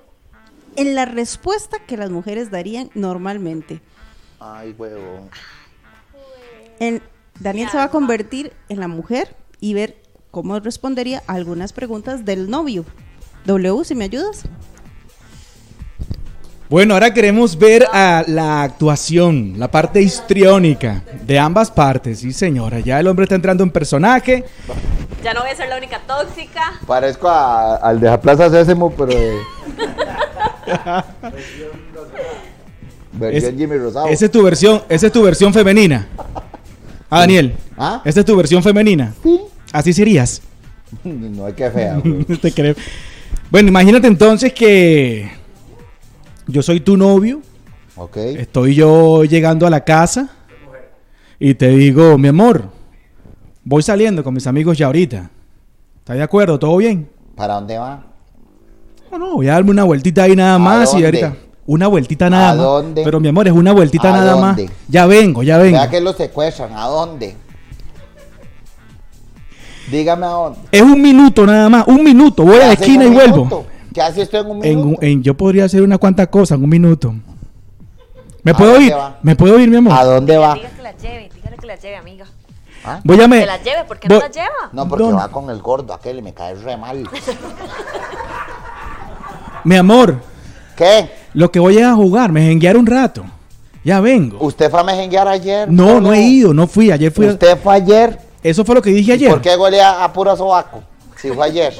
Speaker 3: en la respuesta que las mujeres darían normalmente.
Speaker 2: Ay, huevo.
Speaker 3: En- Daniel se va a convertir en la mujer y ver cómo respondería a algunas preguntas del novio. W, si me ayudas.
Speaker 4: Bueno, ahora queremos ver a la actuación, la parte histriónica de ambas partes. Sí, señora, ya el hombre está entrando en personaje.
Speaker 1: Ya no voy a ser la única tóxica.
Speaker 2: Parezco a- al de la Plaza Sésamo, pero. de- Versión
Speaker 4: Es-
Speaker 2: Jimmy Rosado.
Speaker 4: Esa es tu versión, esa es tu versión femenina. Ah, Daniel,
Speaker 2: ¿Ah?
Speaker 4: esa es tu versión femenina. Así serías.
Speaker 2: No hay que fea, güey.
Speaker 4: Te creo. Bueno, imagínate entonces que yo soy tu novio,
Speaker 2: Ok.
Speaker 4: estoy yo llegando a la casa y te digo, mi amor, voy saliendo con mis amigos ya ahorita. ¿Estás de acuerdo? ¿Todo bien?
Speaker 2: ¿Para dónde va?
Speaker 4: No, no, voy a darme una vueltita ahí nada
Speaker 2: ¿A
Speaker 4: más y
Speaker 2: dónde?
Speaker 4: ahorita. Una vueltita nada
Speaker 2: ¿A
Speaker 4: más.
Speaker 2: dónde?
Speaker 4: Pero mi amor, es una vueltita
Speaker 2: ¿A
Speaker 4: nada
Speaker 2: dónde?
Speaker 4: más. Ya vengo, ya vengo.
Speaker 2: Vea que lo secuestran. ¿A dónde? Dígame a dónde.
Speaker 4: Es un minuto nada más, un minuto. Voy a la
Speaker 2: ¿Qué hace en
Speaker 4: esquina y
Speaker 2: un
Speaker 4: vuelvo.
Speaker 2: minuto? ¿Qué hace usted en un
Speaker 4: En
Speaker 2: minuto?
Speaker 4: un- en- yo podría hacer una cuanta cosa en un minuto. ¿Me
Speaker 2: ¿A
Speaker 4: puedo
Speaker 2: dónde
Speaker 4: ir?
Speaker 2: va?
Speaker 4: ¿Me puedo ir, mi amor?
Speaker 2: ¿A dónde va?
Speaker 1: Dígale que la lleve, dígale que la lleve, amiga.
Speaker 2: ¿Ah?
Speaker 4: Voy a me-
Speaker 1: Que la lleve, ¿por qué no
Speaker 4: voy-
Speaker 1: la lleva?
Speaker 2: No, porque
Speaker 4: ¿Dónde?
Speaker 2: va con el gordo aquel y me cae re mal.
Speaker 4: Mi amor,
Speaker 2: ¿Qué?
Speaker 4: lo que voy es a jugar, me jenguear un rato. Ya vengo.
Speaker 2: ¿Usted fue a mejenguear ayer?
Speaker 4: No, no he ido, no fui. Ayer fui. a-
Speaker 2: ¿Usted fue ayer?
Speaker 4: Eso fue lo que dije
Speaker 2: ¿Y
Speaker 4: ayer.
Speaker 2: ¿Por qué golea a puro sobaco? Si fue ayer.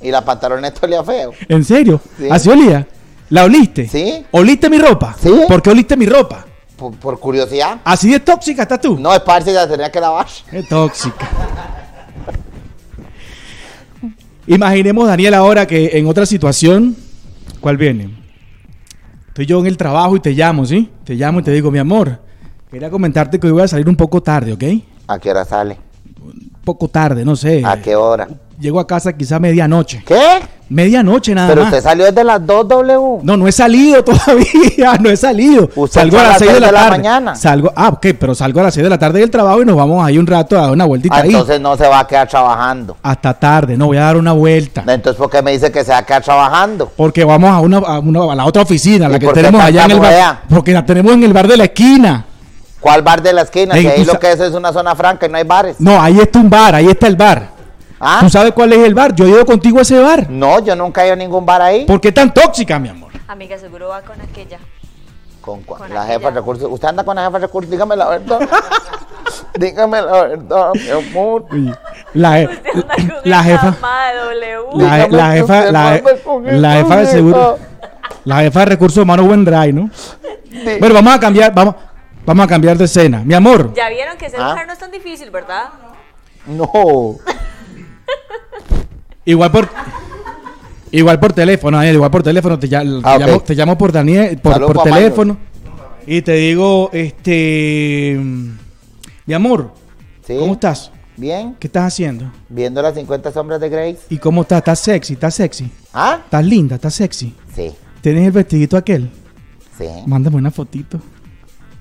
Speaker 2: Y la pantaloneta olía feo.
Speaker 4: ¿En serio?
Speaker 2: Sí.
Speaker 4: ¿Así olía? ¿La oliste?
Speaker 2: Sí.
Speaker 4: ¿Oliste mi ropa?
Speaker 2: Sí.
Speaker 4: ¿Por qué oliste mi ropa?
Speaker 2: Por, por curiosidad.
Speaker 4: Así de tóxica estás tú.
Speaker 2: No, es parce, la tenía que lavar.
Speaker 4: Qué tóxica. Imaginemos, Daniel, ahora que en otra situación, ¿cuál viene? Estoy yo en el trabajo y te llamo, ¿sí? Te llamo y te digo, mi amor, quería comentarte que hoy voy a salir un poco tarde, ¿ok? Un
Speaker 2: ¿A qué hora sale?
Speaker 4: poco tarde, no sé.
Speaker 2: ¿A qué hora?
Speaker 4: Llego a casa quizá medianoche.
Speaker 2: ¿Qué?
Speaker 4: Medianoche nada
Speaker 2: Pero
Speaker 4: más.
Speaker 2: usted salió desde las 2 W.
Speaker 4: No, no he salido todavía, no he salido.
Speaker 2: Usted
Speaker 4: salgo a
Speaker 2: entra
Speaker 4: las 6 de la, tarde.
Speaker 2: mañana.
Speaker 4: Salgo, ah, ok, pero salgo a las 6 de la tarde del trabajo y nos vamos ahí un rato a dar una vueltita
Speaker 2: Ah,
Speaker 4: ahí.
Speaker 2: entonces no se va a quedar trabajando.
Speaker 4: Hasta tarde, no voy a dar una vuelta.
Speaker 2: Entonces, ¿por qué me dice que se va a quedar trabajando?
Speaker 4: Porque vamos a una, a una- a la otra oficina,
Speaker 2: ¿Y
Speaker 4: la que
Speaker 2: por qué
Speaker 4: tenemos allá en el bar.
Speaker 2: tartamudea?
Speaker 4: Porque la tenemos en el bar de la esquina.
Speaker 2: ¿Cuál bar de la esquina?
Speaker 4: Ey,
Speaker 2: Si ahí
Speaker 4: tú
Speaker 2: lo
Speaker 4: sa-
Speaker 2: que es es una zona franca y no hay bares.
Speaker 4: No, ahí está un bar, ahí está el bar.
Speaker 2: ¿Ah?
Speaker 4: ¿Tú sabes cuál es el bar? Yo he ido contigo a ese bar.
Speaker 2: No, yo nunca he ido a ningún bar ahí.
Speaker 4: ¿Por qué tan tóxica, mi amor?
Speaker 1: Amiga, seguro va con aquella.
Speaker 2: Con, cua-
Speaker 1: Con
Speaker 2: la
Speaker 1: aquella.
Speaker 2: jefa de recursos. Usted anda con la jefa de recursos. Dígame la verdad. Dígame la verdad, mi amor.
Speaker 4: La, je-
Speaker 1: Usted anda con
Speaker 4: la
Speaker 1: esa
Speaker 4: jefa.
Speaker 1: mamá de W.
Speaker 4: La, je- la
Speaker 2: Dígame
Speaker 4: jefa,
Speaker 2: que
Speaker 4: la,
Speaker 2: usted
Speaker 4: je-
Speaker 2: manda con
Speaker 4: la
Speaker 2: esa
Speaker 4: jefa de
Speaker 2: vieja.
Speaker 4: seguro. La jefa de recursos humanos buen drive, ¿no?
Speaker 2: Di-
Speaker 4: Bueno, vamos a cambiar, vamos, vamos a cambiar de escena. Mi amor,
Speaker 1: Ya vieron que ser
Speaker 2: Ah.
Speaker 1: mujer no es tan difícil, ¿verdad?
Speaker 2: No.
Speaker 4: igual por Igual por teléfono, Daniel, igual por teléfono. Te, ya- te
Speaker 2: Ah, ok.
Speaker 4: llamo, te llamo por Daniel, por,
Speaker 2: Saludos
Speaker 4: por
Speaker 2: pa' Mario.
Speaker 4: teléfono. Y te digo, este. Mi amor,
Speaker 2: ¿Sí?
Speaker 4: ¿cómo estás?
Speaker 2: Bien.
Speaker 4: ¿Qué estás haciendo?
Speaker 2: Viendo las 50 sombras de Grace.
Speaker 4: ¿Y cómo estás? ¿Estás sexy? ¿Estás sexy?
Speaker 2: ¿Ah?
Speaker 4: ¿Estás linda? ¿Estás sexy?
Speaker 2: Sí,
Speaker 4: ¿Tienes el vestidito aquel?
Speaker 2: sí.
Speaker 4: Mándame una fotito.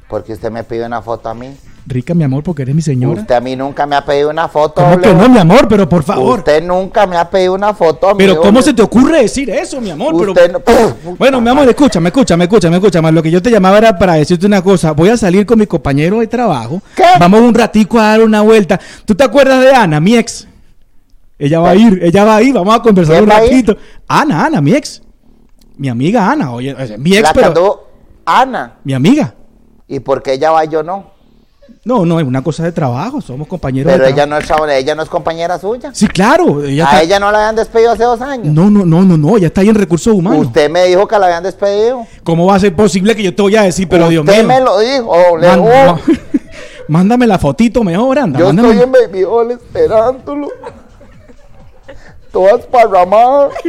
Speaker 2: Porque usted me pide una foto a mí.
Speaker 4: Rica, mi amor, porque eres mi señora.
Speaker 2: Usted a mí nunca me ha pedido una foto.
Speaker 4: ¿Cómo que
Speaker 2: W.
Speaker 4: no, mi amor? Pero por favor.
Speaker 2: Usted nunca me ha pedido una foto a mí.
Speaker 4: Pero ¿cómo
Speaker 2: W.
Speaker 4: se te ocurre decir eso, mi amor? Pero-
Speaker 2: Usted no- Puta
Speaker 4: Bueno, mi amor,
Speaker 2: madre.
Speaker 4: escúchame, escúchame, escúchame, escúchame. Lo que yo te llamaba era para decirte una cosa. Voy a salir con mi compañero de trabajo.
Speaker 2: ¿Qué?
Speaker 4: Vamos un ratico a dar una vuelta. ¿Tú te acuerdas de Ana, mi ex? Ella va a ir, ella va a ir, vamos a conversar
Speaker 2: ¿Quién
Speaker 4: un
Speaker 2: va a ir?
Speaker 4: ratito. Ana, Ana, mi ex. Mi amiga Ana, oye, es mi ex,
Speaker 2: La
Speaker 4: pero...
Speaker 2: cantó Ana.
Speaker 4: Mi amiga.
Speaker 2: ¿Y por qué ella va y yo no?
Speaker 4: No, no, es una cosa de trabajo, somos compañeros
Speaker 2: Pero
Speaker 4: de
Speaker 2: ella
Speaker 4: trabajo.
Speaker 2: no es, traba- ella no es compañera suya.
Speaker 4: Sí, claro, ella
Speaker 2: a
Speaker 4: está-
Speaker 2: ella no la habían despedido hace dos años.
Speaker 4: No, no, no, no, no, ella está ahí en recursos humanos.
Speaker 2: Usted me dijo que la habían despedido.
Speaker 4: ¿Cómo va a ser posible que yo te voy a decir, pero Dios
Speaker 2: Usted
Speaker 4: mío?
Speaker 2: me lo dijo. Oh, le-
Speaker 4: Manda-
Speaker 2: oh,
Speaker 4: Mándame la fotito mejor, anda.
Speaker 2: yo
Speaker 4: mándame-
Speaker 2: estoy en Baby Hall esperándolo. Todas parramadas.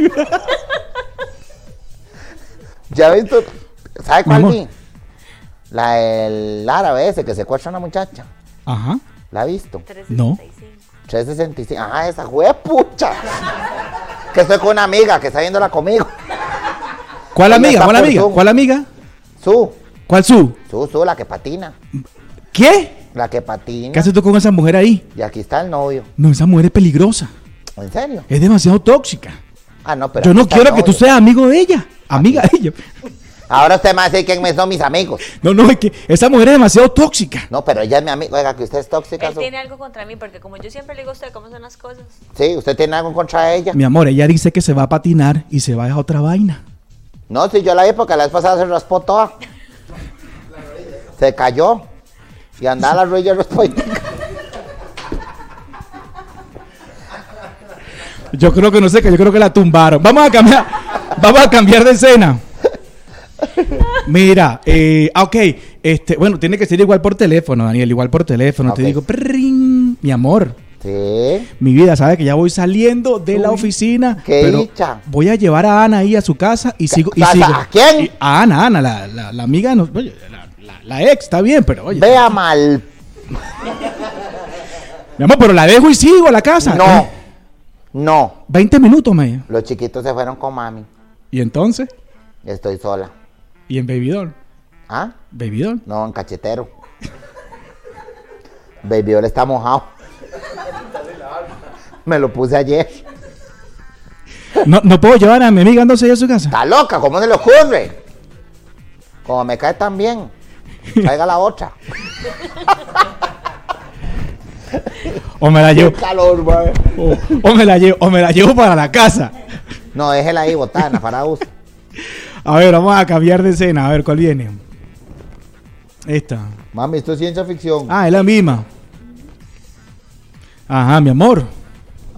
Speaker 2: ya visto. ¿Sabe
Speaker 4: Mi
Speaker 2: cuál
Speaker 4: amor.
Speaker 2: vi? La del árabe ese que secuestra a una muchacha.
Speaker 4: Ajá.
Speaker 2: ¿La ha visto?
Speaker 1: 365.
Speaker 2: 365. Ajá, Ah, esa juepucha. que estoy con una amiga que está viéndola conmigo.
Speaker 4: ¿Cuál
Speaker 2: Ella
Speaker 4: amiga?
Speaker 2: está
Speaker 4: ¿Cuál
Speaker 2: por
Speaker 4: amiga?
Speaker 2: Zoom.
Speaker 4: ¿Cuál amiga?
Speaker 2: Su,
Speaker 4: ¿Cuál su?
Speaker 2: su, su, la que patina.
Speaker 4: ¿Qué?
Speaker 2: La que patina.
Speaker 4: ¿Qué haces tú con esa mujer ahí?
Speaker 2: Y aquí está el novio.
Speaker 4: No, esa mujer es peligrosa.
Speaker 2: ¿En serio?
Speaker 4: Es demasiado tóxica.
Speaker 2: Ah, no, pero.
Speaker 4: Yo
Speaker 2: aquí
Speaker 4: no
Speaker 2: está
Speaker 4: quiero
Speaker 2: el
Speaker 4: que tú
Speaker 2: novio.
Speaker 4: seas amigo de ella. Amiga de ella.
Speaker 2: Ahora usted me va a decir quién me son mis amigos.
Speaker 4: No, no, es que esa mujer es demasiado tóxica.
Speaker 2: No, pero ella es mi amigo. Oiga, que usted es tóxica.
Speaker 1: Él
Speaker 2: su-
Speaker 1: tiene algo contra mí, porque como yo siempre le digo a usted cómo son las cosas.
Speaker 2: Sí, usted tiene algo contra ella.
Speaker 4: Mi amor, ella dice que se va a patinar y se va a dejar otra vaina.
Speaker 2: No, si yo la vi porque la vez pasada se raspó toda. Se cayó. Y andaba la rodilla raspada.
Speaker 4: Yo creo que no sé, que yo creo que la tumbaron. Vamos a cambiar, vamos a cambiar de escena. Mira, eh, ah, ok, este, bueno, tiene que ser igual por teléfono, Daniel, igual por teléfono.
Speaker 2: Ok.
Speaker 4: Te digo, "Prrrin", mi amor,
Speaker 2: Sí.
Speaker 4: mi vida, sabes que ya voy saliendo de la oficina,
Speaker 2: qué
Speaker 4: pero
Speaker 2: dicha.
Speaker 4: voy a llevar a Ana ahí a su casa y sigo, y
Speaker 2: ¿Casa?
Speaker 4: sigo.
Speaker 2: ¿A quién?
Speaker 4: Y- a Ana, Ana, la, la- la amiga, no, oye, la, la- la ex, está bien, pero oye,
Speaker 2: Vea mal.
Speaker 4: mi amor, pero la dejo y sigo a la casa.
Speaker 2: No.
Speaker 4: Eh,
Speaker 2: No.
Speaker 4: 20 minutos, me.
Speaker 2: Los chiquitos se fueron con mami.
Speaker 4: Y entonces,
Speaker 2: Estoy sola.
Speaker 4: y en Babydoll,
Speaker 2: ¿Ah?
Speaker 4: Babydoll.
Speaker 2: No, en cachetero. Baby Doll está mojado. Me lo puse ayer.
Speaker 4: No, no puedo llevar a mi amiga andose ahí a su casa.
Speaker 2: Está loca, ¿cómo se le ocurre? Como me cae tan bien, traiga la otra.
Speaker 4: O me la llevo.
Speaker 2: calor, güey.
Speaker 4: O, o me la llevo, o me la llevo para la casa.
Speaker 2: No, déjela ahí, botana, para uso.
Speaker 4: A ver, vamos a cambiar de escena. A ver, ¿cuál viene? Esta.
Speaker 2: Mami, esto es ciencia ficción.
Speaker 4: Ah, es la misma. Ajá, mi amor.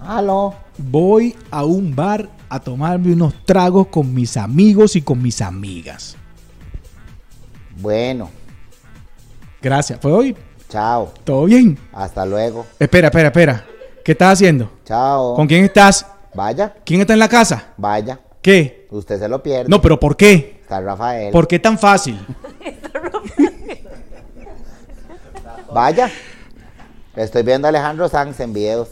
Speaker 2: Aló.
Speaker 4: Voy a un bar a tomarme unos tragos con mis amigos y con mis amigas.
Speaker 2: Bueno,
Speaker 4: Gracias. ¿Fue hoy?
Speaker 2: chao.
Speaker 4: ¿Todo bien?
Speaker 2: Hasta luego.
Speaker 4: Espera, espera, espera. ¿Qué estás haciendo?
Speaker 2: Chao.
Speaker 4: ¿Con quién estás?
Speaker 2: Vaya,
Speaker 4: ¿Quién está en la casa?
Speaker 2: vaya.
Speaker 4: ¿Qué?
Speaker 2: Usted se lo pierde.
Speaker 4: No, pero ¿por qué?
Speaker 2: Está Rafael.
Speaker 4: ¿Por qué tan fácil?
Speaker 2: Vaya. Estoy viendo a Alejandro Sanz en videos.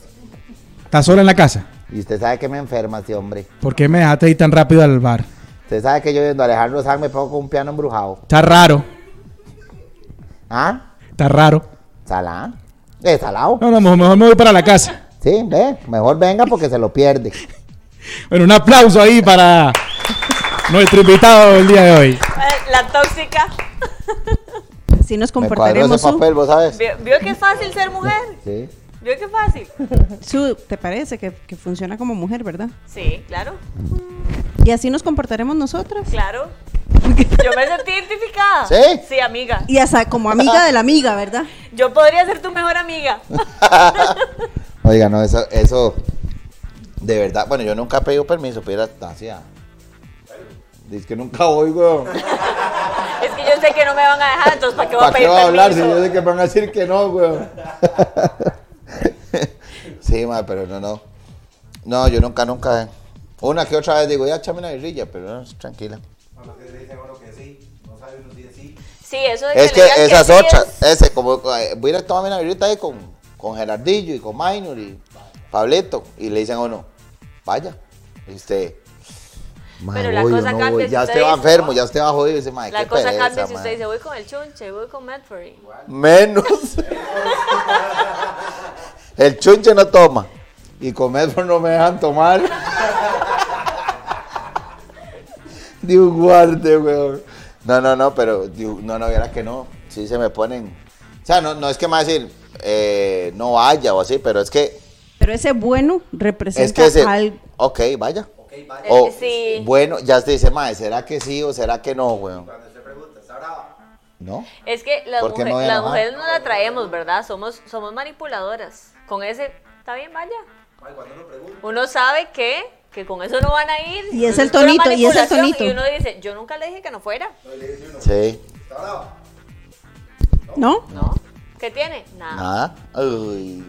Speaker 4: ¿Estás sola en la casa?
Speaker 2: Y usted sabe que me enferma ese hombre.
Speaker 4: ¿Por qué me dejaste ir tan rápido al bar?
Speaker 2: Usted sabe que yo viendo a Alejandro Sanz me pongo con un piano embrujado.
Speaker 4: Está raro.
Speaker 2: ¿Ah?
Speaker 4: Está raro.
Speaker 2: ¿Salá? ¿De salado?
Speaker 4: No, no, mejor, mejor me voy para la casa.
Speaker 2: Sí, ve, mejor venga porque se lo pierde.
Speaker 4: Bueno, un aplauso ahí para nuestro invitado del día de hoy.
Speaker 1: Eh, La tóxica.
Speaker 3: Así nos
Speaker 2: Me cuadró ese
Speaker 3: comportaremos. Su,
Speaker 2: papel, ¿vos sabes?
Speaker 1: ¿Vio, vio qué fácil ser mujer?
Speaker 2: Sí.
Speaker 1: ¿Vio qué fácil?
Speaker 3: Su, ¿Te parece que, que funciona como mujer, verdad?
Speaker 1: Sí, claro,
Speaker 3: Y así nos comportaremos nosotras.
Speaker 1: claro. Yo me sentí identificada.
Speaker 2: ¿Sí?
Speaker 1: Sí, amiga.
Speaker 3: Y hasta como amiga de la amiga, ¿verdad?
Speaker 1: Yo podría ser tu mejor amiga.
Speaker 2: Oiga, no, eso, eso, de verdad, bueno, yo nunca he pedido permiso, pero hacía. Dice que nunca voy, weón.
Speaker 1: Es que yo sé que no me van a dejar, entonces ¿para qué voy a
Speaker 2: ¿Para qué
Speaker 1: pedir
Speaker 2: va a hablar si
Speaker 1: permiso?
Speaker 2: yo sé que van a decir que no, weón? sí, ma, pero no, no. No, yo nunca, nunca. Una que otra vez digo, ya échame una birrilla, pero no, tranquila.
Speaker 1: Sí, eso de le
Speaker 2: Es que
Speaker 1: digan
Speaker 2: esas
Speaker 1: sí
Speaker 2: otras,
Speaker 1: es-
Speaker 2: ese, como eh, voy a ir a tomarme una birrita ahí con, con Gerardillo y con Minor y Pablito, y le dicen a uno, vaya, y usted. "Ma,
Speaker 1: Pero la
Speaker 2: voy o
Speaker 1: cosa
Speaker 2: no
Speaker 1: cambia
Speaker 2: voy".
Speaker 1: si
Speaker 2: Ya
Speaker 1: usted
Speaker 2: usted va
Speaker 1: dice, "Oh".
Speaker 2: enfermo, ya usted va jodido, y dice, madre,
Speaker 1: la
Speaker 2: qué
Speaker 1: cosa
Speaker 2: pereza,
Speaker 1: cambia si
Speaker 2: ma".
Speaker 1: usted dice, voy con el chunche, voy con Medford.
Speaker 2: Menos. El chunche no toma. Y con Medford no me dejan tomar. Dios guarde, weón. No, no, no, pero digo, no, no, vieras que no. Sí se me ponen. O sea, no, no es que me va a decir, eh, no vaya o así, pero es que.
Speaker 3: Pero ese bueno representa
Speaker 2: Es que ese.
Speaker 3: algo.
Speaker 2: Ok, vaya. O,
Speaker 1: sí.
Speaker 2: Bueno, ya te dice, madre, ¿será que sí o será que no, weón? No.
Speaker 1: Es que las,
Speaker 2: ¿Por qué me
Speaker 1: mujer-
Speaker 2: voy a
Speaker 1: las
Speaker 2: enojar?
Speaker 1: mujeres no la traemos, ¿verdad? Somos, somos manipuladoras. Con ese, está bien, vaya. Uno sabe que, que con eso no van a ir.
Speaker 3: Y es
Speaker 1: Eso
Speaker 3: el
Speaker 1: pura
Speaker 3: tonito, y es el
Speaker 1: manipulación,
Speaker 3: tonito.
Speaker 1: Y uno dice, yo nunca le dije que no fuera.
Speaker 2: Sí.
Speaker 3: ¿No?
Speaker 1: ¿No? ¿Qué tiene? Nada.
Speaker 2: Nada. Uy.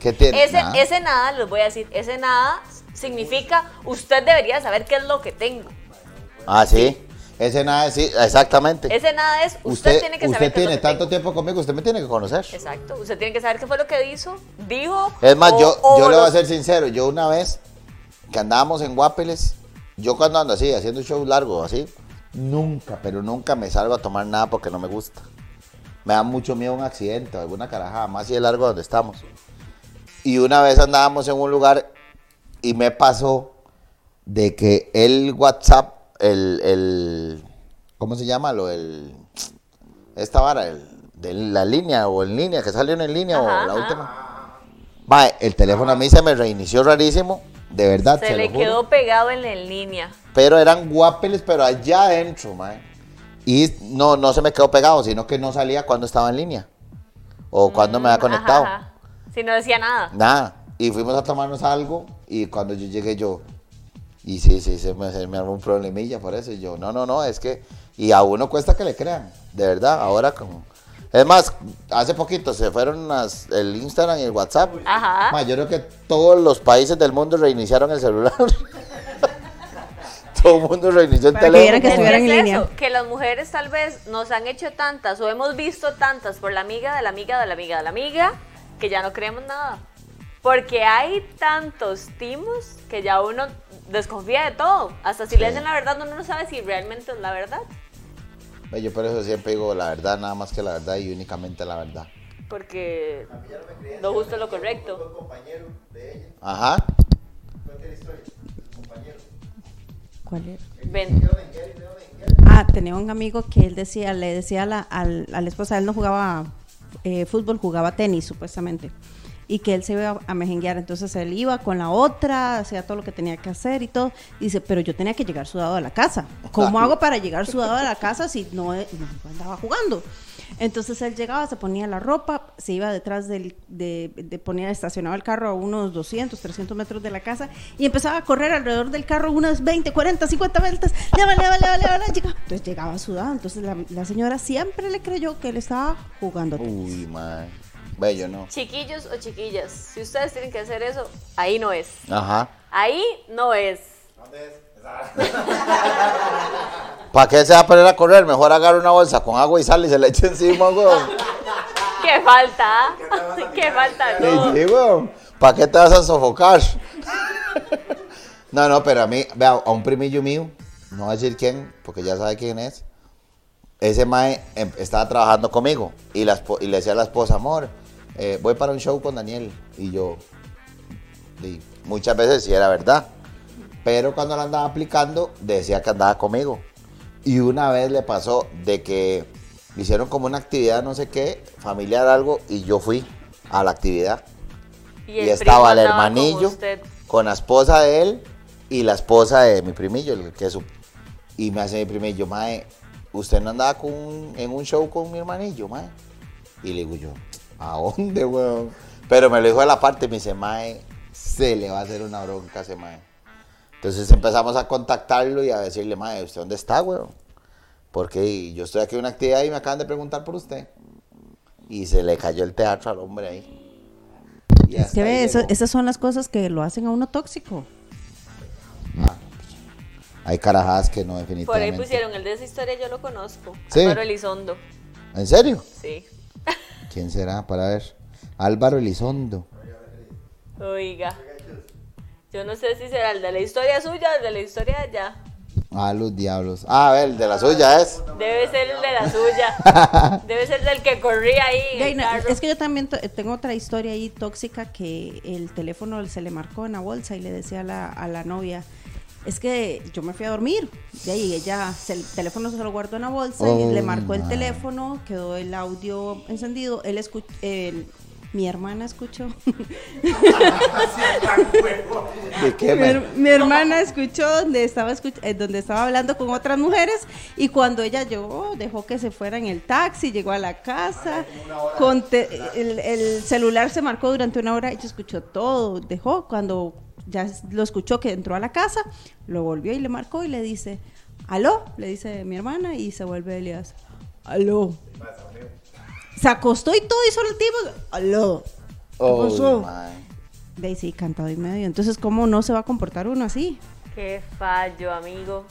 Speaker 2: ¿Qué tiene?
Speaker 1: Ese,
Speaker 2: Nada.
Speaker 1: ese nada, les voy a decir, ese nada significa, usted debería saber qué es lo que tengo.
Speaker 2: Ah, sí. Ese nada, sí, exactamente.
Speaker 1: Ese nada es, usted, tiene que saber
Speaker 2: usted
Speaker 1: qué es lo
Speaker 2: tiene
Speaker 1: que
Speaker 2: tanto
Speaker 1: tengo.
Speaker 2: tiempo conmigo, usted me tiene que conocer.
Speaker 1: Exacto, usted tiene que saber qué fue lo que hizo, dijo.
Speaker 2: Es más,
Speaker 1: o-
Speaker 2: yo,
Speaker 1: o
Speaker 2: yo le voy a
Speaker 1: los-
Speaker 2: ser sincero, yo una vez que andábamos en Guapeles, yo cuando ando así, haciendo shows largos, así, nunca, pero nunca me salgo a tomar nada porque no me gusta. Me da mucho miedo un accidente o alguna carajada, más si es largo donde estamos. Y una vez andábamos en un lugar y me pasó de que el WhatsApp, el, el ¿cómo se llama? Lo, el, esta vara, el, de la línea o en línea, que salió en línea
Speaker 1: Ajá,
Speaker 2: o la
Speaker 1: ajá.
Speaker 2: última. Mae, el teléfono a mí se me reinició rarísimo, de verdad, se,
Speaker 1: Se le
Speaker 2: lo juro.
Speaker 1: quedó pegado en la línea.
Speaker 2: Pero eran guapeles, pero allá adentro, mae. Y no, no se me quedó pegado, sino que no salía cuando estaba en línea. O cuando me había conectado.
Speaker 1: Mm, Ajá, ajá. Si no decía nada.
Speaker 2: Nada. Y fuimos a tomarnos algo y cuando yo llegué yo, y sí, sí, se me, se me armó un problemilla por eso. Y yo, no, no, no, es que... Y a uno cuesta que le crean, de verdad, ahora con... Es más, hace poquito se fueron las- el Instagram y el WhatsApp.
Speaker 1: Ajá.
Speaker 2: Ma, yo creo que todos los países del mundo reiniciaron el celular. Todo el mundo reinició el
Speaker 3: Para que
Speaker 2: teléfono.
Speaker 3: vieran que
Speaker 1: Es
Speaker 3: estuvieran en
Speaker 1: es
Speaker 3: línea.
Speaker 1: eso, que las mujeres tal vez nos han hecho tantas o hemos visto tantas por la amiga de la amiga de la amiga de la amiga que ya no creemos nada. Porque hay tantos timos que ya uno desconfía de todo. Hasta si le dicen la verdad, uno no sabe si realmente es la verdad.
Speaker 2: Ma, Yo por eso siempre digo la verdad, nada más que la verdad y únicamente la verdad.
Speaker 1: Porque lo justo es lo correcto.
Speaker 2: Ajá.
Speaker 3: ¿Cuál era?
Speaker 1: Ven.
Speaker 3: Ah, tenía un amigo que él decía, le decía a la, al- a la esposa, él no jugaba eh, fútbol, jugaba tenis supuestamente, y que él se iba a mejenguear, entonces él iba con la otra, hacía todo lo que tenía que hacer y todo, y dice, pero yo tenía que llegar sudado a la casa, ¿cómo hago para llegar sudado a la casa si no, eh, no andaba jugando? Entonces él llegaba, se ponía la ropa, se iba detrás del, de, de ponía estacionado el carro a unos 200, 300 metros de la casa y empezaba a correr alrededor del carro unas 20, 40, 50 vueltas. Le va, le va, le va, le va, le va, llega. Entonces llegaba sudado. Entonces la, la señora siempre le creyó que él estaba jugando.
Speaker 2: Uy, madre. Bello, ¿no?
Speaker 1: Chiquillos o chiquillas, si ustedes tienen que hacer eso, ahí no es.
Speaker 2: Ajá.
Speaker 1: Ahí no es.
Speaker 2: ¿Para qué se va a poner a correr? Mejor agarra una bolsa con agua y sal y se la echa encima, weón.
Speaker 1: ¡Qué falta! ¿ah? ¡Qué falta!
Speaker 2: Sí,
Speaker 1: No.
Speaker 2: sí, weón. ¿Para qué te vas a sofocar? No, no, pero a mí, vea, a un primillo mío, no voy a decir quién, porque ya sabe quién es. Ese mae em, estaba trabajando conmigo y, la espo- y le decía a la esposa, amor, eh, voy para un show con Daniel. Y yo, y muchas veces sí era verdad. Pero cuando la andaba aplicando, decía que andaba conmigo. Y una vez le pasó de que hicieron como una actividad, no sé qué, familiar algo, y yo fui a la actividad. Y,
Speaker 1: el primo
Speaker 2: estaba el
Speaker 1: andaba con
Speaker 2: hermanillo
Speaker 1: usted.
Speaker 2: con la esposa de él y la esposa de mi primillo, el que es su- Y me hace mi primillo, mae, ¿usted no andaba con un- en un show con mi hermanillo, mae? Y le digo yo, ¿a dónde, weón? Pero me lo dijo de la parte, me dice, mae, se le va a hacer una bronca a ese mae. Entonces empezamos a contactarlo y a decirle, mae, ¿usted dónde está, weón? Porque yo estoy aquí en una actividad y me acaban de preguntar por usted. Y se le cayó el teatro al hombre ahí. Y
Speaker 3: Es
Speaker 2: hasta
Speaker 3: que
Speaker 2: ahí
Speaker 3: ve, eso-
Speaker 2: llegó.
Speaker 3: esas son las cosas que lo hacen a uno tóxico.
Speaker 2: Hay carajadas que no, definitivamente.
Speaker 1: Por ahí pusieron el de esa historia, yo lo conozco.
Speaker 2: Sí.
Speaker 1: Álvaro Elizondo.
Speaker 2: ¿En serio?
Speaker 1: Sí.
Speaker 2: ¿Quién será? Para ver. Álvaro Elizondo.
Speaker 1: Oiga. Yo no sé si será el de la historia suya o el de la historia de allá.
Speaker 2: Ah, los diablos. Ah, a ver, el de la suya es.
Speaker 1: Debe ser el de la suya. Debe ser del que corría ahí. en el
Speaker 3: Gay, no,
Speaker 1: carro.
Speaker 3: es que yo también to- tengo otra historia ahí tóxica que el teléfono se le marcó en la bolsa y le decía a la, a la novia, es que yo me fui a dormir y ahí ella, se- el teléfono se lo guardó en la bolsa
Speaker 2: Oh,
Speaker 3: y le marcó el
Speaker 2: my.
Speaker 3: teléfono, quedó el audio encendido, él escuchó, mi hermana escuchó,
Speaker 2: ¿De qué
Speaker 3: mi,
Speaker 2: me-
Speaker 3: her- mi hermana escuchó donde estaba, escuch- eh, donde estaba hablando con otras mujeres y cuando ella llegó, dejó que se fuera en el taxi, llegó a la casa, conte- el, el celular se marcó durante una hora, ella escuchó todo, dejó, cuando ya s- lo escuchó que entró a la casa, lo volvió y le marcó y le dice, aló, le dice mi hermana y se vuelve Elías, aló. Se acostó y todo y solo el tipo, aló.
Speaker 2: Oh,
Speaker 3: ¿Qué pasó?
Speaker 2: my.
Speaker 3: Daisy cantado y medio. Entonces, ¿cómo no se va a comportar uno así?
Speaker 1: Qué fallo, amigo.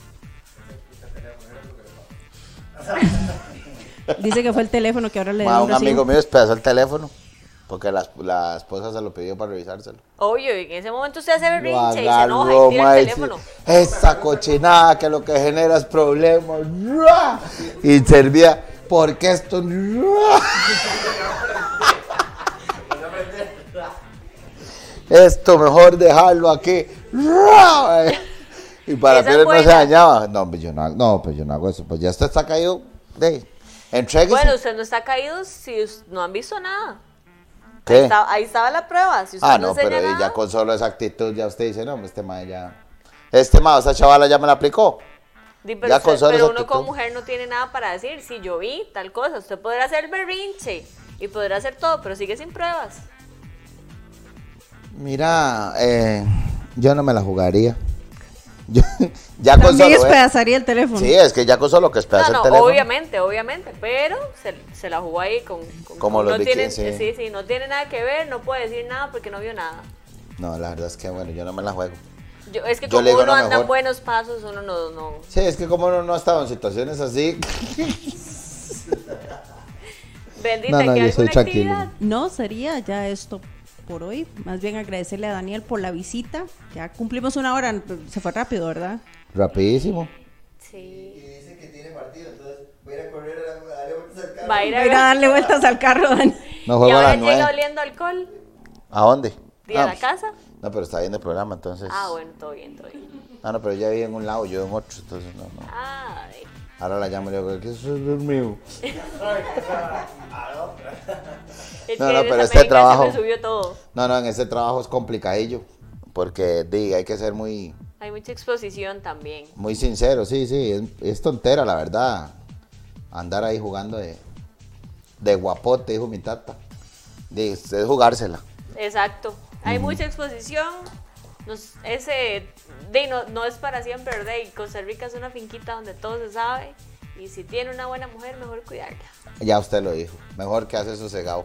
Speaker 3: Dice que fue el teléfono que ahora le
Speaker 2: Ma,
Speaker 3: da
Speaker 2: un amigo mío despedazó el teléfono porque la, la esposa se lo pidió para revisárselo.
Speaker 1: Obvio, y en ese momento usted hace
Speaker 2: Lo
Speaker 1: berrinche y se enoja
Speaker 2: agarró,
Speaker 1: y tira
Speaker 2: ma,
Speaker 1: el
Speaker 2: y
Speaker 1: teléfono.
Speaker 2: sí, Esa cochinada que lo que genera es problemas. ¡Ruah! Y servía, porque esto? ¡Ruah! esto mejor dejarlo aquí. ¡Ruah! Y para
Speaker 1: Esa
Speaker 2: que él no se
Speaker 1: buena.
Speaker 2: dañaba. No, pues yo no, hago- no, pues yo no hago eso. Pues ya esto está caído. De, entréguese.
Speaker 1: Bueno, usted no está caído si us- no han visto nada.
Speaker 2: ¿Qué?
Speaker 1: Ahí estaba, ahí estaba la prueba. Si usted
Speaker 2: Ah, no,
Speaker 1: enseña
Speaker 2: pero ahí
Speaker 1: nada,
Speaker 2: ya con solo esa actitud ya usted dice, no, este mae ya. Este mae, esa chavala ya me la aplicó.
Speaker 1: di, pero
Speaker 2: ya
Speaker 1: usted-
Speaker 2: con solo
Speaker 1: pero
Speaker 2: esa
Speaker 1: uno
Speaker 2: actitud.
Speaker 1: como mujer no tiene nada para decir. Si yo vi tal cosa, usted podrá hacer berrinche y podrá hacer todo, pero sigue sin pruebas.
Speaker 2: Mira, eh, yo no me la jugaría. Yo- ya con
Speaker 3: También
Speaker 2: solo. eh.
Speaker 3: despedazaría el teléfono.
Speaker 2: Sí, es que ya con solo que
Speaker 1: No,
Speaker 2: esperaste
Speaker 1: no,
Speaker 2: el teléfono.
Speaker 1: obviamente, obviamente, pero se, se la jugó ahí con... con-
Speaker 2: Como
Speaker 1: con-
Speaker 2: los
Speaker 1: no tiene,
Speaker 2: bikinis, sí.
Speaker 1: sí, sí, no tiene nada que ver, no puede decir nada porque no vio nada.
Speaker 2: No, la verdad es que bueno, yo no me la juego.
Speaker 1: Yo, es que
Speaker 2: Yo
Speaker 1: como
Speaker 2: le digo,
Speaker 1: uno
Speaker 2: no,
Speaker 1: anda
Speaker 2: mejor.
Speaker 1: en buenos pasos, uno no, no...
Speaker 2: Sí, es que como uno no ha estado en situaciones así,
Speaker 1: Bendita,
Speaker 2: No, no,
Speaker 1: que
Speaker 2: yo
Speaker 1: alguna
Speaker 2: soy tranquilo.
Speaker 1: actividad.
Speaker 3: No, sería ya esto por hoy. Más bien agradecerle a Daniel por la visita. Ya cumplimos una hora, se fue rápido, ¿verdad?
Speaker 2: rapidísimo.
Speaker 1: Sí.
Speaker 5: Y dice que tiene partido, entonces voy a ir a correr a darle vueltas al carro.
Speaker 1: Va a ir
Speaker 3: Ir a
Speaker 1: a...
Speaker 3: darle vueltas al carro, Dani.
Speaker 2: No
Speaker 1: y
Speaker 2: juego a
Speaker 1: ahora
Speaker 2: las
Speaker 1: llega
Speaker 2: nueve.
Speaker 1: oliendo alcohol.
Speaker 2: ¿A dónde?
Speaker 1: ¿Y a
Speaker 2: Ah, pues.
Speaker 1: la casa?
Speaker 2: No, pero está viendo el programa, entonces.
Speaker 1: Ah, bueno, todo bien, todo bien.
Speaker 2: Ah, no, pero ella vive en un lado, yo en otro, entonces no, no.
Speaker 1: Ay.
Speaker 2: Ahora la llamo y le digo, ¿qué es mío?
Speaker 1: El
Speaker 2: No,
Speaker 1: que
Speaker 2: no,
Speaker 1: eres
Speaker 2: pero este
Speaker 1: americano
Speaker 2: trabajo-
Speaker 1: Se me subió todo.
Speaker 2: No, no, en este trabajo es complicadillo. Porque di, hay que ser muy,
Speaker 1: Hay mucha exposición también.
Speaker 2: muy sincero, sí, sí. Es, es tontera, la verdad. Andar ahí jugando de, de guapote, dijo mi tata. Di, es es jugársela.
Speaker 1: Exacto. Hay mucha exposición. Nos- ese de, no, no es para siempre, ¿verdad? Y Costa Rica es una finquita donde todo se sabe. Y si tiene una buena mujer, mejor cuidarla.
Speaker 2: Ya usted lo dijo. Mejor que hace sosegado.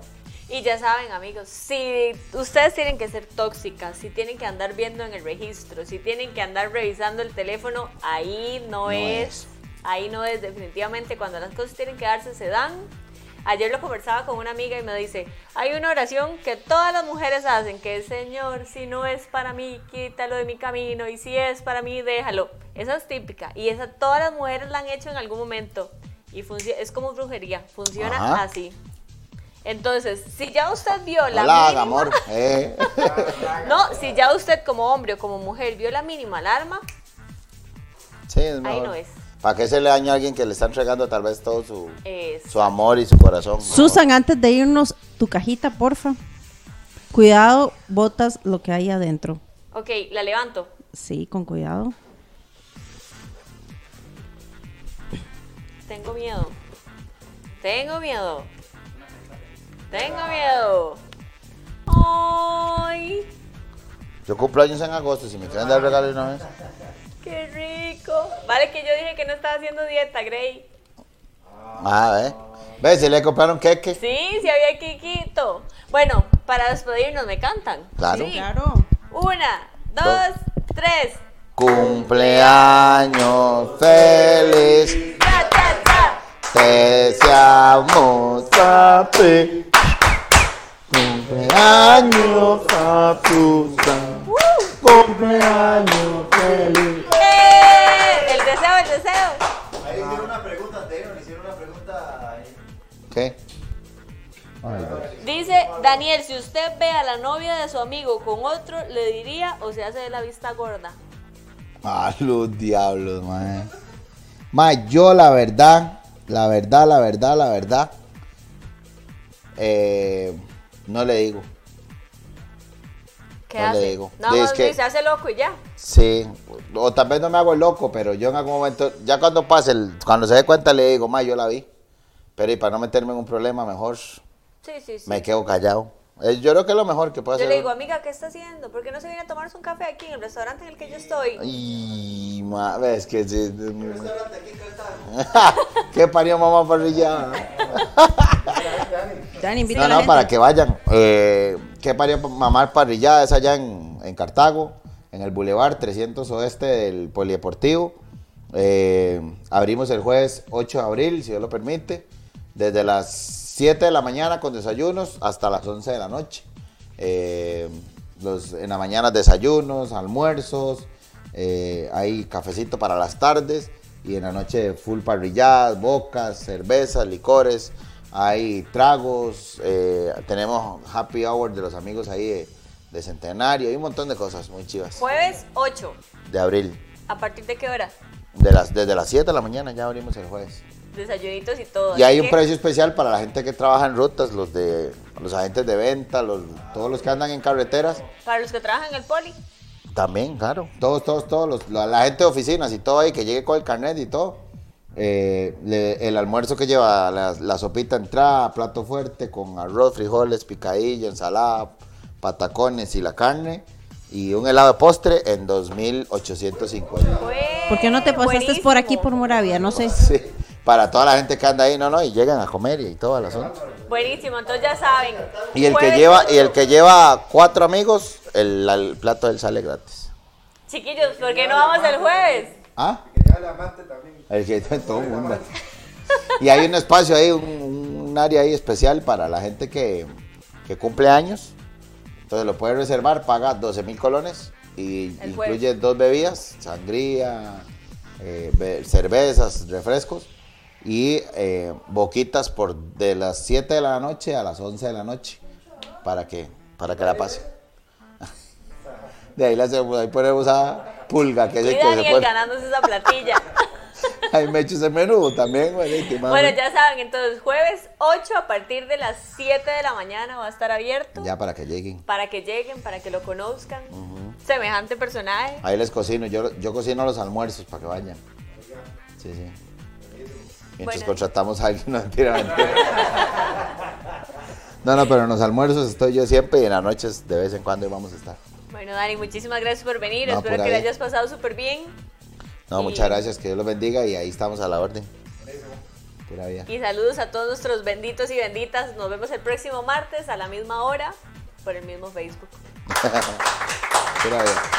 Speaker 1: Y ya saben, amigos, si ustedes tienen que ser tóxicas, si tienen que andar viendo en el registro, si tienen que andar revisando el teléfono, ahí no,
Speaker 2: No
Speaker 1: es.
Speaker 2: es.
Speaker 1: Ahí no es, definitivamente. Cuando las cosas tienen que darse, se dan. Ayer lo conversaba con una amiga y me dice, hay una oración que todas las mujeres hacen, que es, Señor, si no es para mí, quítalo de mi camino, y si es para mí, déjalo. Esa es típica, y esa todas las mujeres la han hecho en algún momento, y funci- es como brujería, funciona
Speaker 2: Ajá.
Speaker 1: así. Entonces, si ya usted vio la
Speaker 2: No la haga,
Speaker 1: mínima,
Speaker 2: amor. eh.
Speaker 1: no, si ya usted como hombre o como mujer vio la mínima alarma,
Speaker 2: Sí, es mejor.
Speaker 1: no es.
Speaker 2: ¿Para qué se le daña a alguien que le está entregando tal vez todo su,
Speaker 1: es
Speaker 2: su amor y su corazón?
Speaker 3: Susan, antes de irnos, tu cajita, porfa. Cuidado, botas lo que hay adentro.
Speaker 1: Ok, la levanto.
Speaker 3: Sí, con cuidado.
Speaker 1: Tengo miedo. Tengo miedo. Tengo miedo. Ay,
Speaker 2: Yo cumplo años en agosto, si me quieren dar regalo de una vez.
Speaker 1: qué rico. Vale que yo dije que no estaba haciendo dieta, Gray.
Speaker 2: Ah, ¿eh? Ve, si le compraron queque.
Speaker 1: Sí, sí había Kikito. Bueno, para despedirnos me cantan.
Speaker 2: Claro.
Speaker 1: Sí.
Speaker 3: Claro.
Speaker 1: Una, dos, tres.
Speaker 2: Cumpleaños feliz,
Speaker 1: Cha, cha, cha.
Speaker 2: te deseamos happy. Cumpleaños a tu Cumpleaños feliz.
Speaker 1: ¡Eh! El deseo, el deseo.
Speaker 5: Ahí hicieron una pregunta, Taylor, hicieron una pregunta. ahí.
Speaker 2: ¿Qué?
Speaker 1: Dice Daniel, si usted ve a la novia de su amigo con otro, le diría o se hace de la vista gorda.
Speaker 2: A los diablos, mae. Mae, yo la verdad, la verdad, la verdad, la verdad. eh, no le digo.
Speaker 1: ¿Qué
Speaker 2: No le
Speaker 1: hace?
Speaker 2: digo.
Speaker 1: Nada
Speaker 2: Es
Speaker 1: más
Speaker 2: que-
Speaker 1: dice, hace loco y ya.
Speaker 2: Sí. O tal vez no me hago el loco, pero yo en algún momento, ya cuando pase, el- cuando se dé cuenta, le digo, mae, yo la vi. Pero y para no meterme en un problema, mejor
Speaker 1: Sí, sí, sí.
Speaker 2: me quedo callado. Eh, Yo creo que es lo mejor que puedo
Speaker 1: Yo
Speaker 2: hacer.
Speaker 1: le digo, amiga, ¿qué está haciendo? ¿Por qué no se viene a tomarse un café aquí en el restaurante en el que yo estoy?
Speaker 2: Y ves que sí. Qué parió mamá parrilla.
Speaker 3: Dani, invita
Speaker 2: No,
Speaker 3: a la
Speaker 2: no,
Speaker 3: gente.
Speaker 2: para que vayan. Eh, ¿Qué parió pa- mamá parrilla? Es allá en, en Cartago, en el Boulevard 300 Oeste del Polideportivo. Eh, abrimos el jueves 8 de abril, si Dios lo permite, desde las 7 de la mañana con desayunos hasta las 11 de la noche. Eh, los, en la mañana desayunos, almuerzos, eh, hay cafecito para las tardes y en la noche full parrilladas, bocas, cervezas, licores, hay tragos, eh, tenemos happy hour de los amigos ahí de, de Centenario, hay un montón de cosas muy chivas
Speaker 1: Jueves 8.
Speaker 2: de abril.
Speaker 1: ¿A partir de qué hora?
Speaker 2: De las, desde las 7 de la mañana ya abrimos el jueves.
Speaker 1: Desayunitos y todo. así
Speaker 2: Y hay un
Speaker 1: que-
Speaker 2: precio especial para la gente que trabaja en rutas, los de los agentes de venta, los, todos los que andan en carreteras.
Speaker 1: Para los que trabajan en el poli.
Speaker 2: También, claro. Todos, todos, todos. los- la, la gente de oficinas y todo ahí, que llegue con el carnet y todo. Eh, le- el almuerzo que lleva la, la sopita entrada, plato fuerte, con arroz, frijoles, picadillo, ensalada, patacones y la carne. Y un helado de postre en 2.850.
Speaker 3: ¿Por qué no te pasaste por aquí por Moravia? No sé.
Speaker 2: Sí, para toda la gente que anda ahí, no, no, y llegan a comer y todo el asunto.
Speaker 1: Buenísimo, entonces ya saben.
Speaker 2: Y el que
Speaker 1: Jueves
Speaker 2: lleva, y el que lleva cuatro amigos, el, el plato del sale gratis.
Speaker 1: Chiquillos, ¿por qué no vamos el jueves?
Speaker 2: ¿Ah? El que todo el mundo. Y hay un espacio ahí, un, un área ahí especial para la gente que, que cumple años. Entonces lo puedes reservar, paga 12 mil colones y
Speaker 1: El jueves.
Speaker 2: incluye dos bebidas, sangría, eh, be- cervezas, refrescos y eh, boquitas por de las 7 de la noche a las 11 de la noche para que, para que la pase. De ahí, la hacemos, ahí ponemos a Pulga, que es
Speaker 1: Y
Speaker 2: el que se
Speaker 1: Daniel
Speaker 2: pone.
Speaker 1: ganándose esa platilla.
Speaker 2: Ahí me echo ese menú también, güey. que mami.
Speaker 1: bueno, ya saben, entonces jueves 8 a partir de las 7 de la mañana va a estar abierto.
Speaker 2: Ya para que lleguen.
Speaker 1: Para que lleguen, para que lo conozcan. Semejante personaje.
Speaker 2: Ahí les cocino. Yo, yo cocino los almuerzos para que vayan. Sí, sí. Mientras
Speaker 1: Bueno.
Speaker 2: contratamos a alguien, no mentira, mentira. No, no, pero en los almuerzos estoy yo siempre y en las noches de vez en cuando ahí vamos a estar.
Speaker 1: Bueno, Dani, muchísimas gracias por venir.
Speaker 2: No,
Speaker 1: Espero
Speaker 2: pura
Speaker 1: que le
Speaker 2: vida.
Speaker 1: hayas pasado súper bien.
Speaker 2: No,
Speaker 1: Sí.
Speaker 2: muchas gracias, que Dios los bendiga y ahí estamos a la orden. Pura vida.
Speaker 1: Y saludos a todos nuestros benditos y benditas. Nos vemos el próximo martes a la misma hora por el mismo Facebook.
Speaker 2: Pura vida.